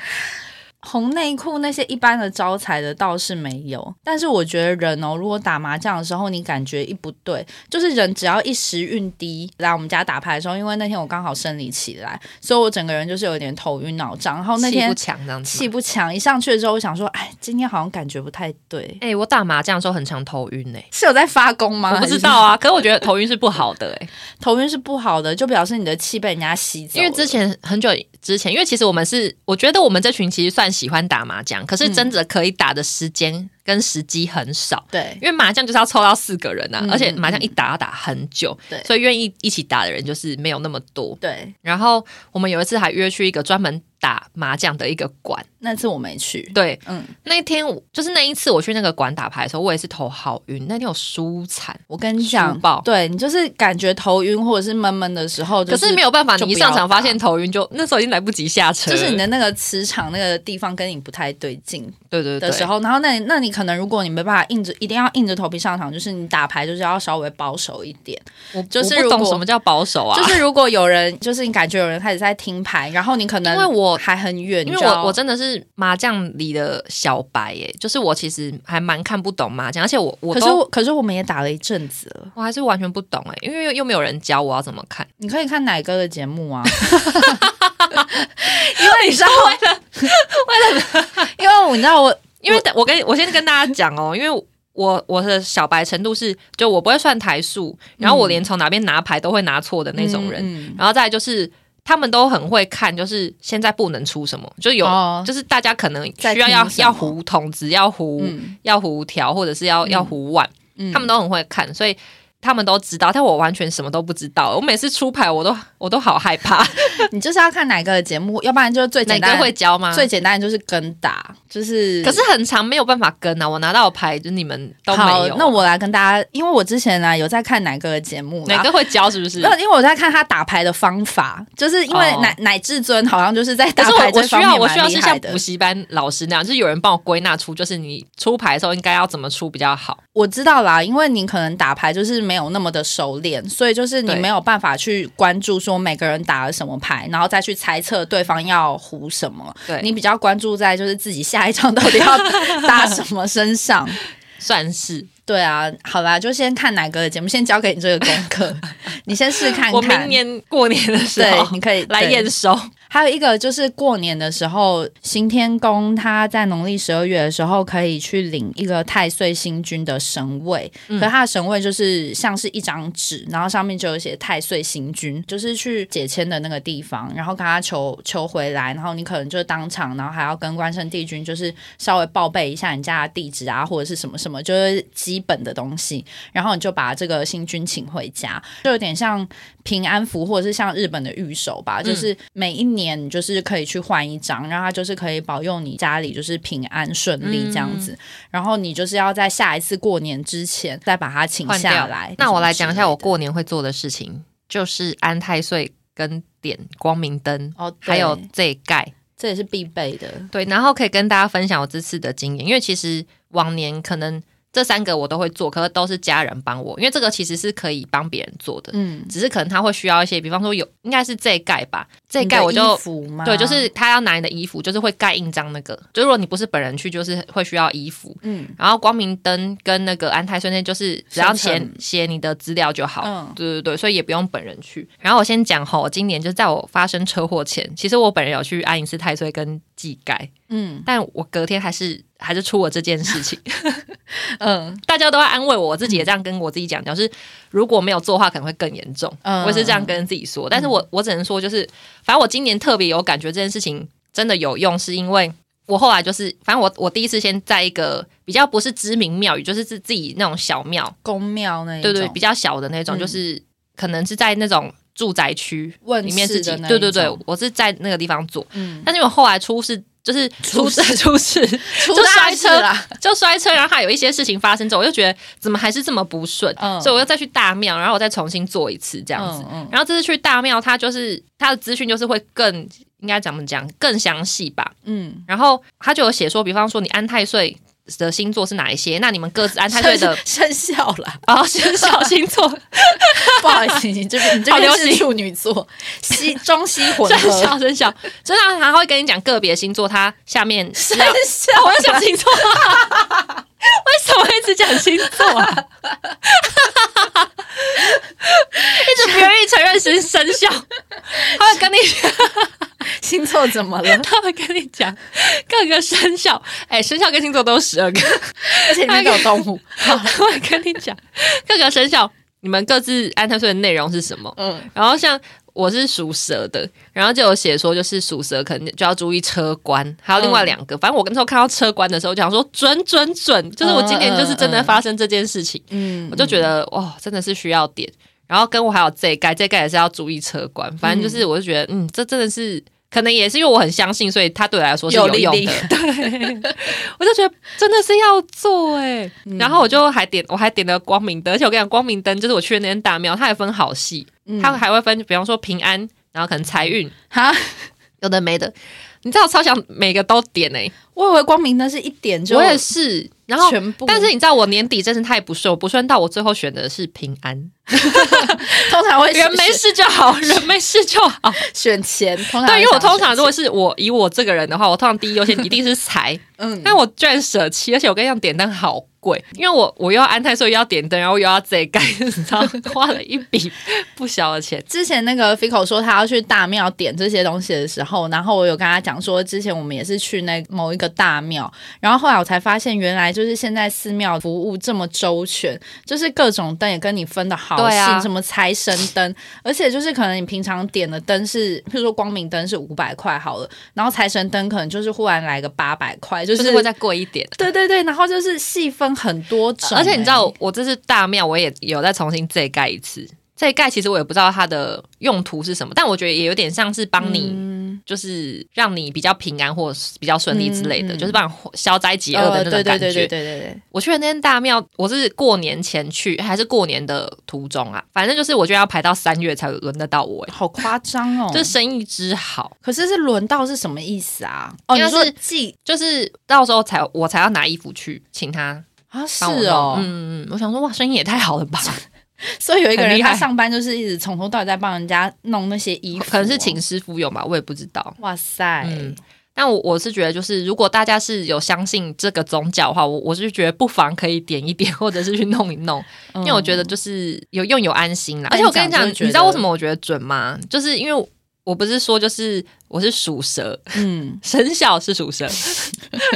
B: 红内裤那些一般的招财的倒是没有，但是我觉得人哦，如果打麻将的时候你感觉一不对，就是人只要一时运低，来我们家打牌的时候，因为那天我刚好生理期来，所以我整个人就是有点头晕脑胀，然后那
A: 哦气
B: 天
A: 不强这样子
B: 气
A: 吗。
B: 不强，一上去的时候我想说，哎，今天好像感觉不太对，
A: 哎、我打麻将的时候很常头晕 哎、
B: 是有在发功吗？
A: 我不知道啊，可是我觉得头晕是不好的哎、
B: 还是头晕是不好的，就表示你的气被人家吸走
A: 因
B: 了，
A: 为之前很久之前，因为其实我们是，我觉得我们这群其实算喜欢打麻将，可是真的可以打的时间跟时机很少。
B: 对。
A: 因为麻将就是要凑到四个人啊，
B: 嗯
A: 而且麻将一打要打很久，
B: 对
A: 所以愿意一起打的人就是没有那么多。
B: 对，
A: 然后我们有一次还约去一个专门打麻将的一个馆，
B: 那次我没去。
A: 对，
B: 嗯，
A: 那一天我就是那一次我去那个馆打牌的时候，我也是头好晕，那天我输惨，
B: 我跟你讲
A: 输爆，
B: 对你就是感觉头晕或者是闷闷的时候、就
A: 可
B: 是，
A: 是没有办法，
B: 就
A: 你一
B: 不要
A: 上场发
B: 打
A: 现头晕就那时候已经来不及下车
B: 就
A: 了，
B: 是你的那个磁场那个地方跟你不太对劲
A: 对对对
B: 的时候，然后那你那你可能如果你没办法硬着，一定要硬着头皮上场，就是你打牌就是要稍微保守一点。
A: 我
B: 就是
A: 我不
B: 如
A: 懂
B: 果
A: 什么叫保守啊，
B: 就是如果有人，就是你感觉有人开始在听牌，然后你可能
A: 因为我
B: 还很远，
A: 因
B: 你
A: 为
B: 就要
A: 我我真的是麻将里的小白耶、就是我其实还蛮看不懂麻将，而且我我
B: 可是
A: 都
B: 我可是我们也打了一阵子了，
A: 我还是完全不懂哎、因为又又没有人教我要怎么看。
B: 你可以看奶哥的节 目啊。因为你知道，为 了为了，因为我你知道我
A: 因为我跟我先跟大家讲哦，因为我我的小白程度是，就我不会算台数，然后我连从哪边拿牌都会拿错的那种人，
B: 嗯嗯
A: 然后再来就是。他们都很会看，就是现在不能出什么，就有、
B: 哦
A: 就是大家可能
B: 在
A: 需要
B: 听
A: 要
B: 什么
A: 要胡筒子，要胡、
B: 嗯
A: 要胡条，或者是要、要胡碗，
B: 嗯
A: 他们都很会看，所以他们都知道，但我完全什么都不知道。我每次出牌，我都我都好害 怕。
B: 你就是要看哪个节目，要不然就是最
A: 哪
B: 简
A: 个
B: 单
A: 会教吗？
B: 最简单的就是跟打，就是
A: 可是很长没有办法跟啊，我拿到的牌就你们都没
B: 好
A: 有。，
B: 那我来跟大家，因为我之前呢、有在看奶哥的节目啦，
A: 哪个会教是不是？
B: 那因为我在看他打牌的方法，就是因为
A: 哦
B: 奶、奶至尊好像就是在
A: 可
B: 打
A: 是
B: 牌
A: 我
B: 这
A: 我需
B: 方
A: 要
B: 面
A: 我需要
B: 蛮厉
A: 是
B: 害
A: 像
B: 的
A: 补。习班老师那样，就是有人帮我归纳出，就是你出牌的时候应该要怎么出比较好。
B: 我知道啦，因为你可能打牌就是没有那么的熟练，所以就是你
A: 对
B: 没有办法去关注说每个人打了什么牌，然后再去猜测对方要胡什么。
A: 对
B: 你比较关注在就是自己下一张到底要打什么身上。
A: 算是
B: 对啊，好啦，就先看奶哥的节目，先交给你这个功 课，你先试看看。
A: 我明年过年的时
B: 对，
A: 候
B: 你可以
A: 来
B: 对
A: 验收。
B: 还有一个就是过年的时候，行天宫它在农历十二月的时候可以去领一个太岁星君的神位，可它的神位就是像是一张纸，然后上面就有写太岁星君，就是去解签的那个地方，然后跟他求求回来，然后你可能就当场，然后还要跟关圣帝君就是稍微报备一下你家的地址啊，或者是什么什么，就是基本的东西，然后你就把这个星君请回家，就有点像平安符，或者是像日本的御守吧，就是每一年你就是可以去换一张，然后它就是可以保佑你家里就是平安顺利这样子。然后你就是要在下一次过年之前再把它请
A: 换
B: 下
A: 掉
B: 来。
A: 那我来讲一下我
B: 什么
A: 过年会做的事情，就是安太岁跟点光明灯，
B: 之类的哦，对
A: 还有这一盖。
B: 这也是必备的。
A: 对，然后可以跟大家分享我这次的经验，因为其实往年可能这三个我都会做，可是都是家人帮我，因为这个其实是可以帮别人做的，
B: 嗯，
A: 只是可能他会需要一些，比方说有应该是这一盖吧，这一盖我
B: 你的
A: 就
B: 嗯衣。服啊吗
A: 对，就是他要拿你的衣服，就是会盖印章那个。就如果你不是本人去，就是会需要衣服。
B: 嗯
A: 然后光明灯跟那个安泰顺那就是只要
B: 生
A: 写
B: 成
A: 写你的资料就好。
B: 嗯
A: 对对对，所以也不用本人去。然后我先讲吼，我今年就在我发生车祸前，其实我本人有去爱因斯泰岁跟技盖，
B: 嗯
A: 但我隔天还是还是出了这件事情。
B: 嗯
A: 大家都在安慰我，我自己也这样跟我自己讲，就是如果没有做的话，可能会更严重。
B: 嗯
A: 我也是这样跟自己说，但是我我只能说，就是反正我今年特别有感觉这件事情真的有用，是因为我后来就是，反正我我第一次先在一个比较不是知名庙宇，就是自自己那种小庙，
B: 宫庙那一
A: 对
B: 种，
A: 对，比较小的那种，
B: 嗯
A: 就是可能是在那种住宅区
B: 问
A: 里面自
B: 世
A: 己
B: 的，那
A: 对
B: 一
A: 对对
B: 种，
A: 我是在那个地方做，
B: 嗯，
A: 但是我后来出事。就是出事 出事，
B: 出
A: 就
B: 大
A: 摔
B: 事
A: 车
B: 啦，嗯
A: 就摔车，然后还有一些事情发生之后，我就觉得怎么还是这么不顺，
B: 嗯
A: 所以我又再去大庙，然后我再重新做一次这
B: 这
A: 样子。
B: 嗯
A: 然后这次去大庙，它就是它的资讯就是会更应该怎么讲更详细吧。
B: 嗯，
A: 然后它就有写说，比方说你安太岁的星座是哪一些，那你们各自安太岁 的
B: 生肖啦，
A: 哦 生肖星座
B: 不好意思，你这边你这
A: 好
B: 边
A: 流
B: 是
A: 行
B: 处女座，西中西混
A: 生
B: 合，
A: 肖生肖，真的啊他会跟你讲个别星座，它下面是
B: 生
A: 要
B: 肖
A: 我要讲星座、啊， 为什么一直讲星座啊？ 一直不愿意承认是生肖，他会跟你，
B: 星座怎么了？
A: 他会跟你讲各个生肖，哎、生肖跟星座都有十二个，
B: 而且里面都有动物，
A: 他会跟你讲各个生肖，你们各自安特岁的内容是什么？
B: 嗯，
A: 然后像我是属蛇的，然后就有写说，就是属蛇可能就要注意车关，还有另外两个。反正我那时候看到车关的时候，就想说准准准，就是我今年就是真的发生这件事情，
B: 嗯
A: 我就觉得哇，真的是需要点。然后跟我还有这盖，这盖也是要注意车关。反正就是，我就觉得嗯，这真的是。可能也是因为我很相信，所以它对我来说是
B: 有
A: 有
B: 力
A: 用的。
B: 量
A: 对，我就觉得真的是要做哎、
B: 嗯
A: 然后我就还点，我还点了光明灯，而且我跟你讲，光明灯就是我去的那间大庙，它也分好细，
B: 嗯
A: 它还会分，比方说平安，然后可能财运，
B: 哈，
A: 有的没的。你知道，我超想每个都点哎、
B: 我以为光明灯是一点就
A: 我也是。然后，
B: 全部，
A: 但是你知道，我年底真是太不顺，我不顺到我最后选的是平安，
B: 通常会
A: 人没
B: 选
A: 事就好，人没事就好。
B: 选钱，通常
A: 对，因为我
B: 会想
A: 通常
B: 选
A: 如果是我以我这个人的话，我通常第一优先一定是财，
B: 嗯，
A: 但我居然舍弃，而且我跟你讲，点灯好贵，因为我我又要安泰所以又要点灯，然后又要这盖，你知道，花了一笔不小的钱。
B: 之前那个 Fico 说他要去大庙点这些东西的时候，然后我有跟他讲说，之前我们也是去那某一个大庙，然后后来我才发现，原来就是现在寺庙服务这么周全，就是各种灯也跟你分的好细，
A: 对啊
B: 什么财神灯，而且就是可能你平常点的灯是，譬如说光明灯是五百块好了，然后财神灯可能就是忽然来个八百块，就
A: 就是
B: 是
A: 会再贵一点，
B: 对对对，然后就是细分很多种、
A: 而且你知
B: 欸
A: 道，我这次大庙我也有再重新再盖一次。再盖其实我也不知道它的用途是什么，但我觉得也有点像是帮你，
B: 嗯
A: 就是让你比较平安或比较顺利之类的，
B: 嗯嗯
A: 就是帮你消灾解厄的
B: 呃，
A: 那
B: 对
A: 种
B: 对
A: 感觉。
B: 对对对对对，
A: 我去的那间大庙，我是过年前去，还是过年的途中啊？反正就是我觉得要排到三月才轮得到我、欸，
B: 好夸张哦，
A: 就生意之好，
B: 可是是轮到是什么意思啊？哦，
A: 应
B: 你
A: 该
B: 说
A: 是
B: 寄
A: 就是到时候才我才要拿衣服去请他
B: 啊？是
A: 帮我弄。
B: 哦，
A: 嗯嗯，嗯我想说哇，生意也太好了吧。
B: 所以有一个
A: 很
B: 人
A: 厉害
B: 他上班就是一直从头到尾在帮人家弄那些 衣服哦，
A: 可能是请师傅用吧，我也不知道。
B: 哇塞，
A: 嗯但我我是觉得，就是如果大家是有相信这个宗教的话，我我是觉得不妨可以点一点，或者是去弄一弄，
B: 因
A: 因为我觉得就是有用有安心啦。
B: 哎
A: 嗯而且我跟
B: 你
A: 你讲，
B: 讲真的
A: 你
B: 觉得
A: 知道为什么我觉得准吗？就是因为我不是说就是我是属蛇，
B: 嗯
A: 生肖是属 蛇，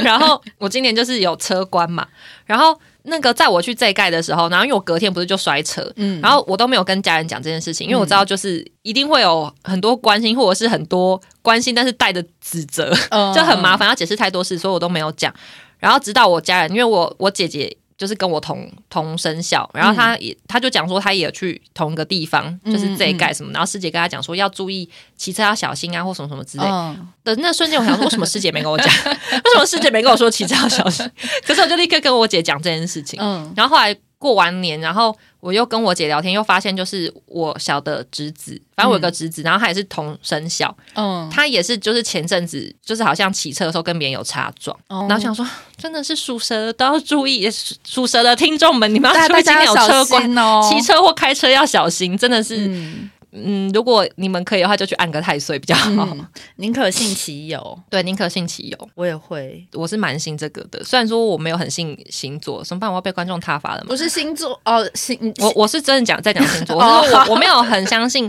A: 然后我今年就是有车关嘛，然后那个在我去这一盖的时候，然后因为我隔天不是就摔车，
B: 嗯，
A: 然后我都没有跟家人讲这件事情，因为我知道就是一定会有很多关心，或者是很多关心，但是带着指责，
B: 嗯
A: 就很麻烦，要解释太多事，所以我都没有讲。然后直到我家人，因为我我姐姐就是跟我同同生肖，然后
B: 嗯
A: 她也、她就讲说她也有去同一个地方，就是这一盖什么，然后师姐跟她讲说要注意骑车要小心啊，或什么什么之类的。
B: 嗯，
A: 的那瞬间，我想说为什么师姐没跟我讲， 为什么师姐没跟我说骑车要小心？ 可是我就立刻跟我姐讲这件事情。
B: 嗯
A: 然后后来过完年，然后我又跟我姐聊天，又发现就是我小的侄子，反正我有个侄子，然后他也是同生肖，
B: 嗯
A: 他也是就是前阵子就是好像骑车的时候跟别人有擦撞，
B: 嗯，
A: 然后想说真的是属蛇的都要注意，也是属蛇的听众们你们要
B: 大
A: 注
B: 大
A: 意今
B: 家
A: 天
B: 要
A: 有
B: 小
A: 车关，
B: 心哦，
A: 骑车或开车要小心，真的是
B: 嗯
A: 嗯，如果你们可以的话，就去按个太岁比较好。
B: 嗯，宁可信其有，
A: 对，宁可信其有。
B: 我也会，
A: 我是蛮信这个的，虽然说我没有很信星座，怎么办？我要被观众挞伐了吗？
B: 不是星座哦，星
A: 我我是真的讲在讲 星座，
B: 哦
A: 我是说我我没有很相信，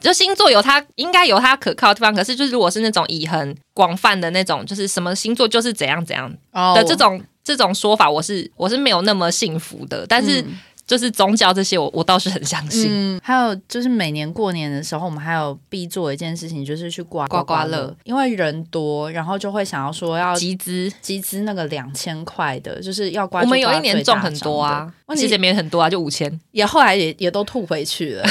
A: 就星座有它应该有它可靠的地方，可是就是如果是那种以很广泛的那种，就是什么星座就是怎样怎样
B: 哦
A: 的这种、这种说法，我是我是没有那么幸福的，但是。
B: 嗯
A: 就是宗教这些我，我倒是很相信。
B: 嗯，还有就是每年过年的时候，我们还有必做一件事情，就是去刮
A: 刮刮
B: 刮
A: 乐
B: 乐，因为人多，然后就会想要说要
A: 集资，
B: 集资那个两千块的，就是要刮。
A: 我们有
B: 就
A: 一
B: 刮
A: 年
B: 最
A: 中
B: 大
A: 很多
B: 张的
A: 啊，其实也没很多啊，就五千。
B: 也后来也也都吐回去 了。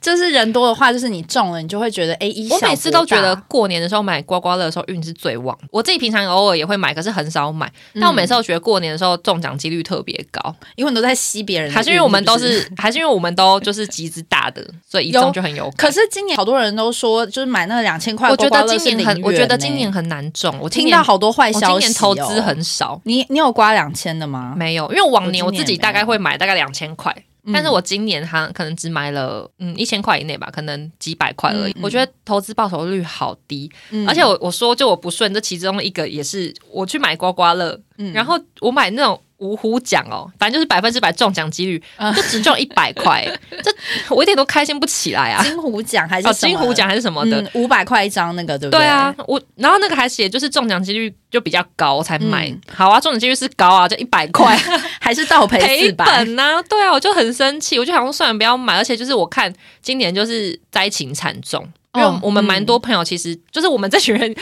B: 就是人多的话，就是你中了，你就会觉得哎，一
A: 我
B: 小
A: 每次
B: 博
A: 都觉得
B: 大，
A: 过年的时候买刮刮乐的时候运是最旺。我自己平常偶尔也会买，可是很少买。但我每次都觉得过年的时候中奖几率特别高，
B: 因为你都在吸别人的运，
A: 还是因为我们都
B: 不
A: 是，还是因为我们都就是集资大的，所以一中就很有感。
B: 可是今年好多人都说，就是买那两千块，
A: 我觉
B: 刮
A: 得
B: 刮乐
A: 今
B: 是
A: 年很，
B: 零
A: 我觉得
B: 元
A: 今
B: 欸
A: 年很难中。我今
B: 听
A: 年
B: 到好多坏
A: 我
B: 消息、
A: 今
B: 哦。
A: 年投资，很少，
B: 你你有刮两千的吗？
A: 没有，因为往年
B: 我
A: 我
B: 今年
A: 自己大概会买大概两千块。但是
B: 嗯
A: 我今年还可能只买了嗯一千块以内吧，可能几百块而已。
B: 嗯嗯
A: 我觉得投资报酬率好低，
B: 嗯
A: 而且我我说就我不顺，这其中一个也是我去买刮刮乐，
B: 嗯
A: 然后我买那种五虎奖哦，反正就是百分之百中奖几率，
B: 嗯
A: 就只中一百块， 这我一点都开心不起来啊！
B: 金虎奖还
A: 哦，
B: 是什么嗯
A: 金虎奖还是什么的，
B: 五百块一张那个，对不
A: 对
B: 对
A: 啊，，我然后那个还写就是中奖几率就比较高才买，
B: 嗯
A: 好啊，中奖几率是高啊，就一百块，
B: 还是倒赔
A: 赔
B: 四百。
A: 本呐、对啊，我就很生气，我就想说算了，不要买。而且就是我看今年就是灾情惨重，因为
B: 哦
A: 我们蛮多朋友其实、就是我们这群人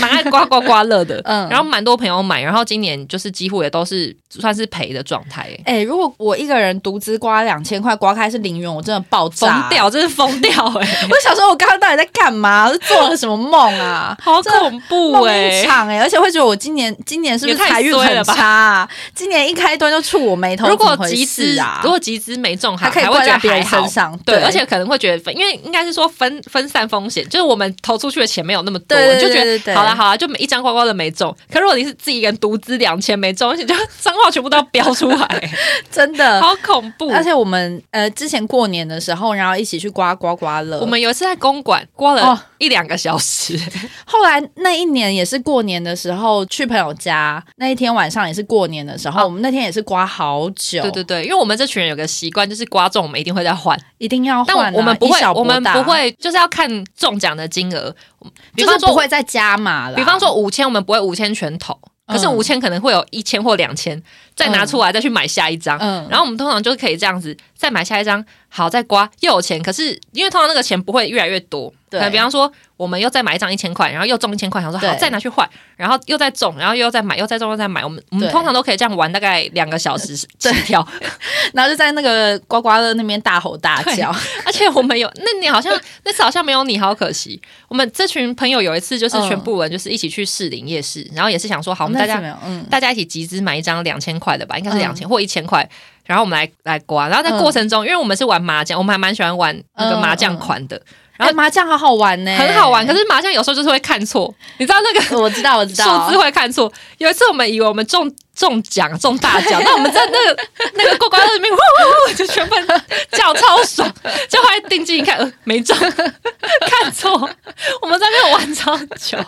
A: 蛮爱刮刮刮乐的，
B: 嗯
A: 然后蛮多朋友买，然后今年就是几乎也都是算是赔的状态、欸。
B: 哎、如果我一个人独资刮两千块，刮开是零元，我真的爆炸
A: 疯！掉，真是疯掉哎、 欸
B: 我想说，我刚刚到底在干嘛？是做了什么梦啊？
A: 好恐怖
B: 梦
A: 哎、
B: 一场哎、而且会觉得我今年今年是不是
A: 也太
B: 财运
A: 衰了
B: 很
A: 吧
B: 差、啊？今年一开端就触我眉头，
A: 如果
B: 怎么回
A: 集
B: 事
A: 资，
B: 啊，
A: 如果集资没中还
B: 还可以
A: 还会
B: 怪
A: 觉
B: 在
A: 得
B: 别
A: 还
B: 人
A: 好
B: 身，上，
A: 对，而且可能会觉得分，因为应该是说分分散风险，就是我们投出去的钱没有那么多，
B: 对
A: 你就觉
B: 对对
A: 得
B: 对
A: 好啦好啦，就每一张刮刮乐没中。可如果你是自己一个人独资两千没中，而且就脏话全部都要飙出来，
B: 真的
A: 好恐怖。
B: 而且我们呃之前过年的时候，然后一起去刮刮刮乐。
A: 我们有一次在公馆刮
B: 哦
A: 了一两个小时，
B: 后来那一年也是过年的时候去朋友家，那一天晚上也是过年的时候，
A: 哦
B: 我们那天也是刮好久，
A: 对对对，因为我们这群人有个习惯，就是刮中我们一定会再换，
B: 一定要
A: 但
B: 换啊、
A: 我们不
B: 以
A: 会
B: 小，
A: 我
B: 博
A: 们
B: 大啊
A: 不，会，就是要看中奖的金额，比
B: 就
A: 方
B: 是
A: 说
B: 不会再加码了。
A: 比方，说五千，我们不会五千全投，可是
B: 嗯
A: 五千可能会有一千或两千，再拿出来再去买下一张。
B: 嗯
A: 然后我们通常就可以这样子，再买下一张，好再刮又有钱，可是因为通常那个钱不会越来越多，可
B: 对
A: 能比方说我们又再买一张一千块，然后又中一千块，想说好
B: 对
A: 再拿去换，然后又再中，然后又再买，又再中又再买，我们我们
B: 对
A: 通常都可以这样玩大概两个小时起跳，
B: 然后就在那个刮刮乐那边大吼大叫，
A: 而且我们有那年好像那次好像没有你，好可惜。我们这群朋友有一次就是全部人就是一起去士林夜市，然后也是想说好，我们大
B: 嗯那
A: 家
B: 次没有，嗯，
A: 大家一起集资买一张两千块的吧，应该是
B: 嗯
A: 两千、或一千块，然后我们来来刮。然后在
B: 嗯
A: 过程中，因为我们是玩麻将，我们还蛮喜欢玩那个麻将款的，然后
B: 然哎后、麻将好好玩呢、
A: 很好玩。可是麻将有时候就是会看错，你知道那个
B: 我知道，我知道，
A: 数字会看错。有一次我们以为我们中中奖中大奖，那我们在那个 那个过关里面呼呼呼就全部叫超爽，就后来定睛一看，呃，没中， 看错。我们在那边玩超久，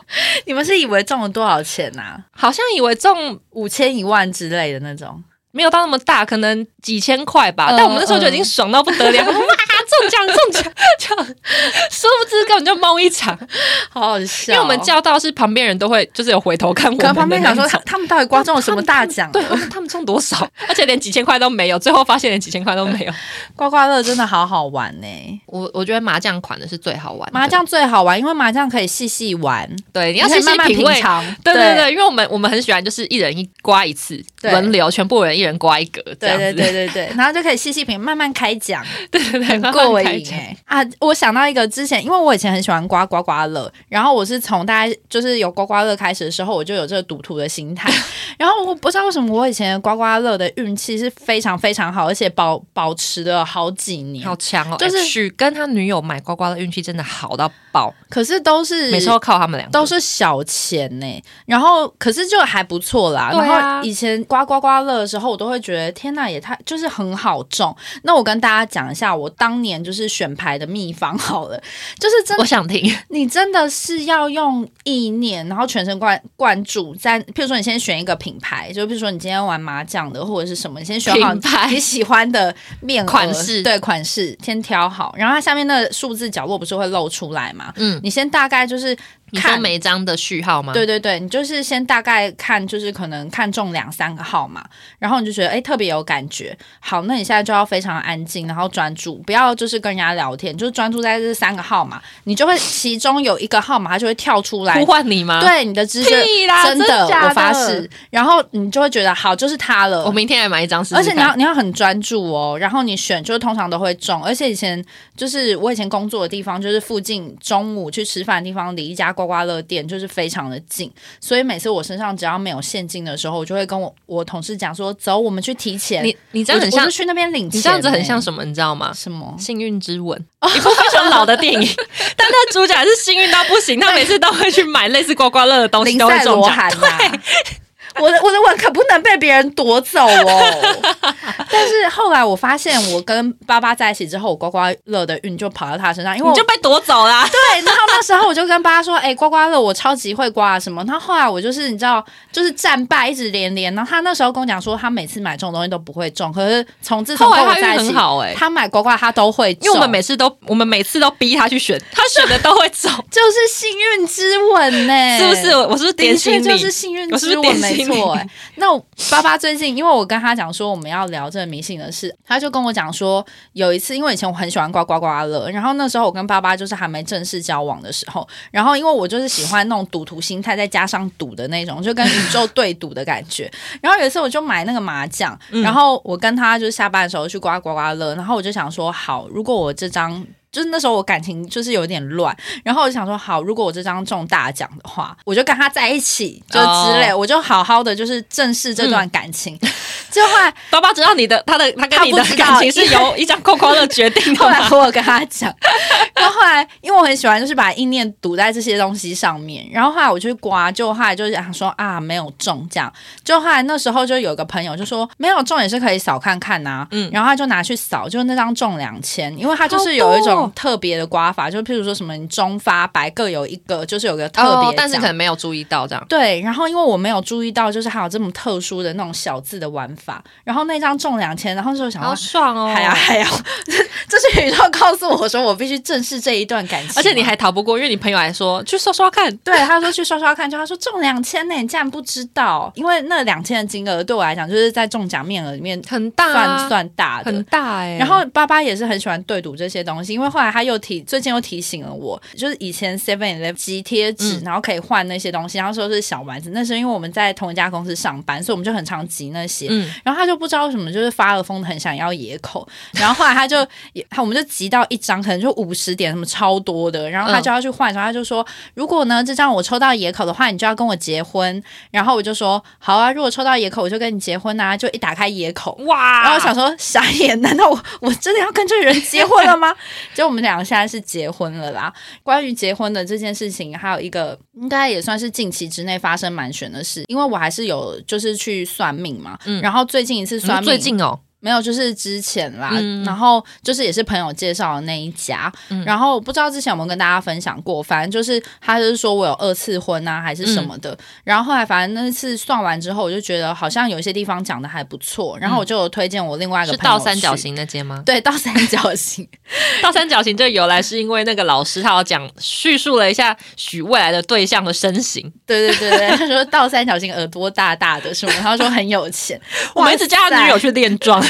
B: 你们是以为中了多少钱呐、啊？
A: 好像以为中
B: 五千一万之类的那种。
A: 没有到那么大，可能几千块吧。
B: 嗯
A: 但我们那时候就已经爽到不得 了，哇，中奖中奖 这样，殊不知根本就懵一场，
B: 好好笑
A: 因为我们叫到是旁边人都会就是有回头看我
B: 可能
A: 们，
B: 旁边想说他。他们到底刮中了什么大奖？
A: 对， 我说他们中多少？而且连几千块都没有，最后发现连几千块都没有。
B: 刮刮乐真的好好玩呢、
A: 我我觉得麻将款的是最好玩的，
B: 麻将最好玩，因为麻将可以细细玩，
A: 对，你要
B: 可
A: 细
B: 以
A: 细
B: 慢慢
A: 品
B: 品
A: 味。
B: 尝。
A: 对对对，因为我们我们很喜欢，就是一人一刮一次，
B: 对
A: 轮流，全部人一人刮一格，这样
B: 对
A: 子。
B: 对对对对，然后就可以细细品，慢慢开奖，
A: 对对 对，慢慢
B: 过瘾
A: 开
B: 哎
A: 奖、
B: 啊！我想到一个之前，因为我以前很喜欢刮刮刮乐，然后我是从大概就是有刮刮乐开始的时候，我就有这个赌徒的心 态。然后我不知道为什么我以前的刮刮乐的运气是非常非常好，而且保保持了好几年，
A: 好强哦！就
B: 就是是
A: 许跟他女友买刮刮乐，运气真的好到爆，
B: 可是都是
A: 每次都靠他们两个。
B: 都是小钱呢、然后可是就还不错啦。
A: 对啊
B: 然后以前刮刮刮乐的时候，我都会觉得天呐，也太就是很好中。那我跟大家讲一下，我当年就是选牌的秘方好了， 就是真
A: 我
B: 的，
A: 想听，
B: 你真的是要用意念，然后全神贯贯注在，譬如说你先选一个品牌，就比如说你今天玩麻将的或者是什么，你先选好
A: 品牌
B: 你喜欢的面额
A: 款式
B: 对款式先挑好，然后它下面的数字角落不是会露出来嘛？
A: 嗯，
B: 你先大概就是
A: 你说
B: 看
A: 每一张的序号吗？
B: 对对对，你就是先大概看，就是可能看中两三个号码，然后你就觉得哎特别有感觉。好，那你现在就要非常安静，然后专注，不要就是跟人家聊天，就是专注在这三个号码，你就会其中有一个号码它就会跳出来
A: 呼，唤你吗？，
B: 对你的知识
A: 屁啦
B: 真
A: 真假的呃
B: 我发誓。然后你就会觉得好，就是它了
A: 我。明天来买一张试试
B: 而
A: 看，
B: 且你要你要很专注哦，然后你选就是通常都会中，而且以前就是我以前工作的地方，就是附近中午去吃饭的地方离一家刮刮乐店就是非常的近，所以每次我身上只要没有现金的时候，我就会跟我我同事讲说，走，我们去提钱。
A: 你你这样很
B: 我
A: 像
B: 就，去那边领钱、
A: 你这样子很像
B: 什
A: 什么？你知道吗？
B: 什么？
A: 欸 幸运之 吻，一部非常老的电影， 但他主角是幸运到不 行，他每次都会去买类似刮刮乐的东西，
B: 林
A: 都会
B: 赛
A: 中
B: 罗
A: 奖。
B: 韩呐、我的我的吻可不能被别人夺走哦。 但是后来我发现，我跟爸爸在一起之后，我刮刮乐的运就跑到他身上，因
A: 你
B: 为我
A: 就被夺走啦！
B: 对，然后那时候我就跟爸爸说：“哎、刮刮乐我超级会刮啊什么。”然后后来我就是你知道，就是战败一直连连。然后他那时候跟我讲说，他每次买这种东西都不会中，可是从自从
A: 后来
B: 跟我
A: 他
B: 在
A: 运
B: 一
A: 很
B: 起，
A: 好哎、
B: 他买刮刮他都会中，
A: 因为我们每次都我们每次都逼他去选，他选的都会 中，
B: 就是幸运之吻呢、
A: 是不是？？我是不是点
B: 的
A: 醒
B: 确
A: 你？
B: 就是幸运
A: 我是
B: 之
A: 不是点
B: 吻，没
A: 醒你
B: 错、 哎，那我爸爸最近，因为我跟他讲说我们要聊这个迷信的事，他就跟我讲说，有一次，因为以前我很喜欢刮刮刮乐，然后那时候我跟爸爸就是还没正式交往的时候，然后因为我就是喜欢那种赌徒心态，再加上赌的那种，就跟宇宙对赌的感觉。然后有一次我就买那个麻将，然后我跟他就是下班的时候去刮刮刮乐，然后我就想说，好，如果我这张。就是那时候我感情就是有点乱，然后我就想说，好，如果我这张中大奖的话，我就跟他在一起，就之类我就好好的就是正视这段感情。就后来
A: 爸爸知道你的他的他跟你的
B: 他不知道
A: 感情是由一张刮刮乐决定的
B: 后来
A: 吗？
B: 我有跟他讲，然后后来因为我很喜欢，就是把意念堵在这些东西上面。然后后来我去刮，就后来就想说啊，没有中这样。就后来那时候就有个朋友就说，没有中也是可以扫看看呐、
A: 嗯
B: 然后他就拿去扫，就那张中两千，因为他就是有
A: 好
B: 一
A: 多
B: 种
A: 哦
B: 特别的刮法，就譬如说什么你中发白各有一个，就是有个特别奖、
A: 哦但是可能没有注意到这样。
B: 对，然后因为我没有注意到，就是还有这么特殊的那种小字的玩法，然后那张中两千，然后就想啊
A: 好
B: 要
A: 爽哦！
B: 还呀还呀， 这是宇宙告诉我说，我必须正视这一段感情吗。
A: 而且你还逃不过，因为你朋友还说去刷刷看，
B: 对他说去刷刷看，就他说中两千呢，你竟然不知道？因为那两千的金额对我来讲，就是在中奖面额里面
A: 很大、啊，
B: 算算大的，
A: 很大哎、
B: 然后爸爸也是很喜欢对赌这些东西，因为后来他又提，最近又提醒了我，就是以前 Seven Eleven 集贴纸，
A: 嗯
B: 然后可以换那些东西，然后说是小丸子，那是因为我们在同一家公司上班，所以我们就很常集那些。
A: 嗯
B: 然后他就不知道为什么，就是发了疯，很想要野口。然后后来他就也，他我们就集到一张，可能就五十点什么超多的。然后他就要去换，然后他就说，如果呢这张我抽到野口的话，你就要跟我结婚。然后我就说，好啊，如果抽到野口，我就跟你结婚啊。就一打开野口，
A: 哇，
B: 然后我想说，傻眼，难道我我真的要跟这个人结婚 了吗？结果我们两个现在是结婚了啦。关于结婚的这件事情，还有一个应该也算是近期之内发生蛮悬的事，因为我还是有就是去算命嘛，
A: 嗯
B: 然后最近一次
A: 嗯
B: 算命，
A: 最近哦，
B: 没有，就是之前啦，
A: 嗯
B: 然后就是也是朋友介绍的那一家，然后不知道之前有没有跟大家分享过，反正就是他就是说我有二次婚啊，还是什么的。
A: 嗯
B: 然后后来反正那次算完之后，我就觉得好像有一些地方讲的还不错，然后我就有推荐我另外一个
A: 嗯是
B: 朋友
A: 倒三角
B: 去，
A: 形那间吗？
B: 对，倒三 角形，
A: 倒三角形这由来是因为那个老师他要讲叙述了一下许未来的对象的身形，
B: 对对对对，他说倒三角形耳朵大大的什么，他说很有钱，
A: 我们一直叫
B: 哇
A: 他
B: 塞
A: 女友去练妆，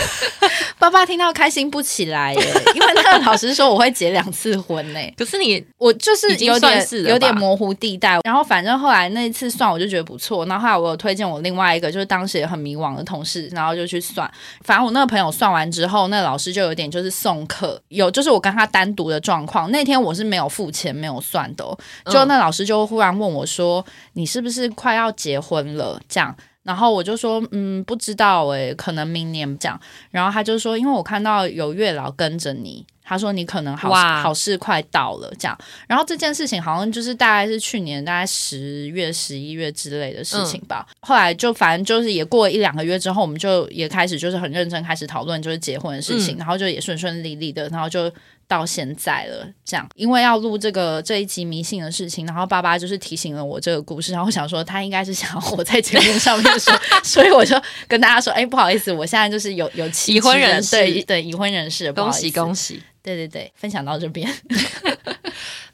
B: 爸爸听到开心不起来耶，因为那个老师说我会结两次婚呢。
A: 可是你
B: 我就是
A: 已经
B: 有
A: 算
B: 点
A: 是了吧
B: 有点模糊地带，然后反正后来那一次算我就觉得不错，然后后来我有推荐我另外一个就是当时也很迷惘的同事，然后就去算，反正我那个朋友算完之后，那老师就有点就是送客，有就是我跟他单独的状况，那天我是没有付钱没有算的、哦，就
A: 嗯
B: 那老师就忽然问我说你是不是快要结婚了这样。然后我就说，嗯，不知道诶、可能明年这样。然后他就说，因为我看到有月老跟着你，他说你可能好
A: 哇
B: 好事快到了这样。然后这件事情好像就是大概是去年大概十月、十一月之类的事情
A: 嗯
B: 吧。后来就反正就是也过了一两个月之后，我们就也开始就是很认真开始讨论就是结婚的事
A: 嗯
B: 情，然后就也顺顺利利的，然后就。到现在了，这样，因为要录这个这一集迷信的事情，然后爸爸就是提醒了我这个故事，然后我想说他应该是想要我在节目上 面说，所以我就跟大家说，哎、不好意思，我现在就是有有妻
A: 已婚
B: 之
A: 人士
B: 对对已婚人士，不好
A: 恭
B: 意
A: 喜
B: 思
A: 恭喜！
B: 对对对，分享到这边，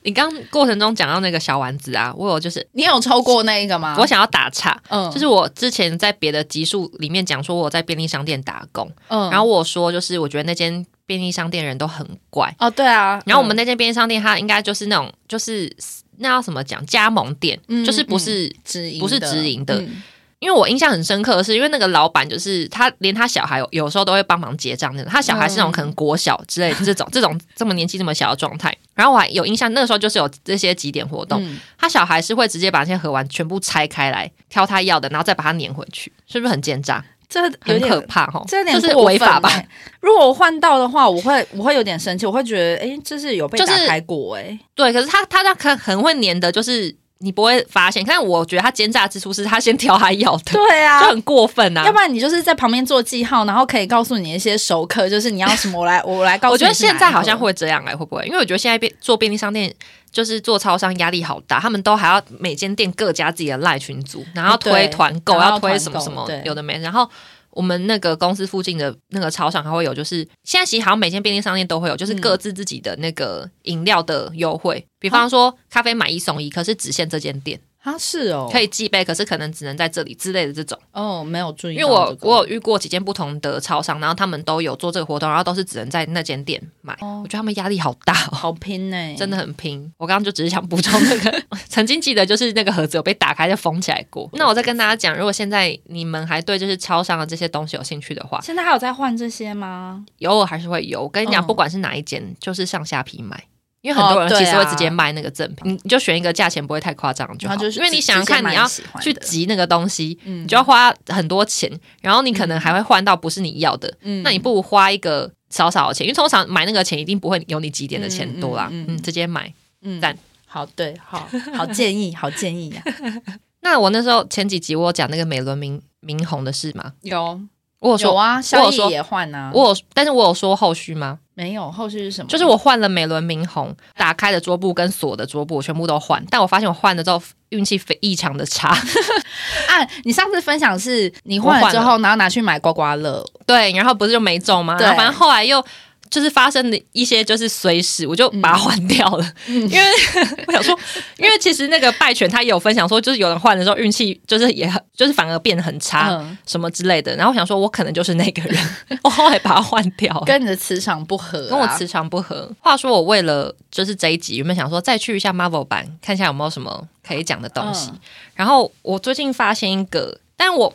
A: 你刚过程中讲到那个小丸子啊，我有就是
B: 你有抽过那一个吗？
A: 我想要打岔，
B: 嗯
A: 就是我之前在别的集数里面讲说我在便利商店打工，
B: 嗯
A: 然后我说就是我觉得那间便利商店人都很怪，
B: 哦对啊，
A: 然后我们那间便利商店它应该就是那种就是那要怎么讲加盟店，
B: 嗯
A: 就是不是。
B: 直营
A: 不是直营的
B: 嗯
A: 因为我印象很深刻的是，因为那个老板就是他，连他小孩有有时候都会帮忙结账那种。他小孩是那种可能国小之 类的这种、这种这么年纪这么小的状态。然后我还有印象，那个时候就是有这些几点活动，
B: 嗯
A: 他小孩是会直接把那些盒玩全部拆开来，挑他要的，然后再把它粘回去，是不是很奸诈？
B: 这有
A: 很可
B: 点。
A: 怕哦，
B: 这有点
A: 就是
B: 过分
A: 违法吧？
B: 欸？如果我换到的话，我会我会有点生气，我会觉得，哎、这是有被
A: 就
B: 打
A: 是
B: 开过 哎、
A: 对，可是他他他可很会粘的，就是你不会发现。但我觉得他奸诈之处是他先挑他要的，
B: 对啊
A: 就，很过分啊
B: 要。不然你就是在旁边做记号，然后可以告诉你一些熟客，就是你要什么，我来我来告诉你。
A: 我觉得现在好像，会这样哎、会不会？因为我觉得现在便做便利商店，就是做超商压力好大，他们都还要每间店各加自己的赖群组，然后
B: 哎
A: 推
B: 对
A: 团购，
B: 然后
A: 要推
B: 团
A: 什么
B: 购
A: 什么
B: 对
A: 有的没的。然后我们那个公司附近的那个超商还会有，就是现在其实好像每间便利商店都会有，就是
B: 嗯
A: 各自自己的那个饮料的优惠，比方说咖啡买一送一，可是只限这间店
B: 啊是哦，
A: 可
B: 以
A: 以寄杯，可是可能只能在这里之类的这种。
B: 哦，没有注意
A: 因
B: 到
A: 为
B: 这个、
A: 我我有遇过几间不同的超商，然后他们都有做这个活动，然后都是只能在那间店买。
B: 哦
A: 我觉得他们压力好大哦。
B: 好拼呢、欸
A: 真的很拼，我刚刚就只是想补充那个， 曾经记得就是那个盒子有被打开就封起来过。那我再跟大家讲，如果现在你们还对就是超商的这些东西有兴趣的话，
B: 现在还有在换这些吗？
A: 偶尔还是会有。我跟你讲，
B: 嗯
A: 不管是哪一间，就是上下批买，因为很多人
B: 哦对啊
A: 其实会直接卖那个赠品，你就选一个价钱不会太夸张就好。
B: 然后就是
A: 因为你想想看，你要去集那个东西，
B: 嗯
A: 你就要花很多钱，然后你可能还会换到不是你要的，
B: 嗯
A: 那你不如花一个少少的钱，因为通常买那个钱一定不会有你几点的钱多啦，嗯
B: 嗯嗯嗯
A: 直接买。
B: 嗯
A: 赞
B: 好对，好 好建议，好建议啊呀、
A: 那我那时候前几集我有讲那个美轮明明红的事嘛，
B: 有
A: 我有
B: 有
A: 说，
B: 啊，萧
A: 我有说
B: 逸也换啊，
A: 我有，但是我有说后续吗？
B: 没有后续是什么？
A: 就是我换了美轮明红，打开的桌布跟锁的桌布我全部都换，但我发现我换了之后运气非异常的差，
B: 啊，你上次分享是你换了之
A: 我
B: 后，然后拿去买刮刮乐，
A: 对，然后不是就没中吗？
B: 对
A: 然后反正后来又。就是发生的一些就是随时我就把它换掉了，因为嗯 我想说，因为其实那个拜犬他有分享说，就是有人换的时候运气就是也很就是反而变得很差、
B: 嗯，
A: 什么之类的，然后我想说我可能就是那个 人，我后来把它换掉了。
B: 跟你的磁场不合、啊
A: 跟我磁，场不合。话说，我为了就是这一集，原本想说再去一下 Marvel 版，看一下有没有什么可以讲的东西。
B: 嗯
A: 然后我最近发现一个，但我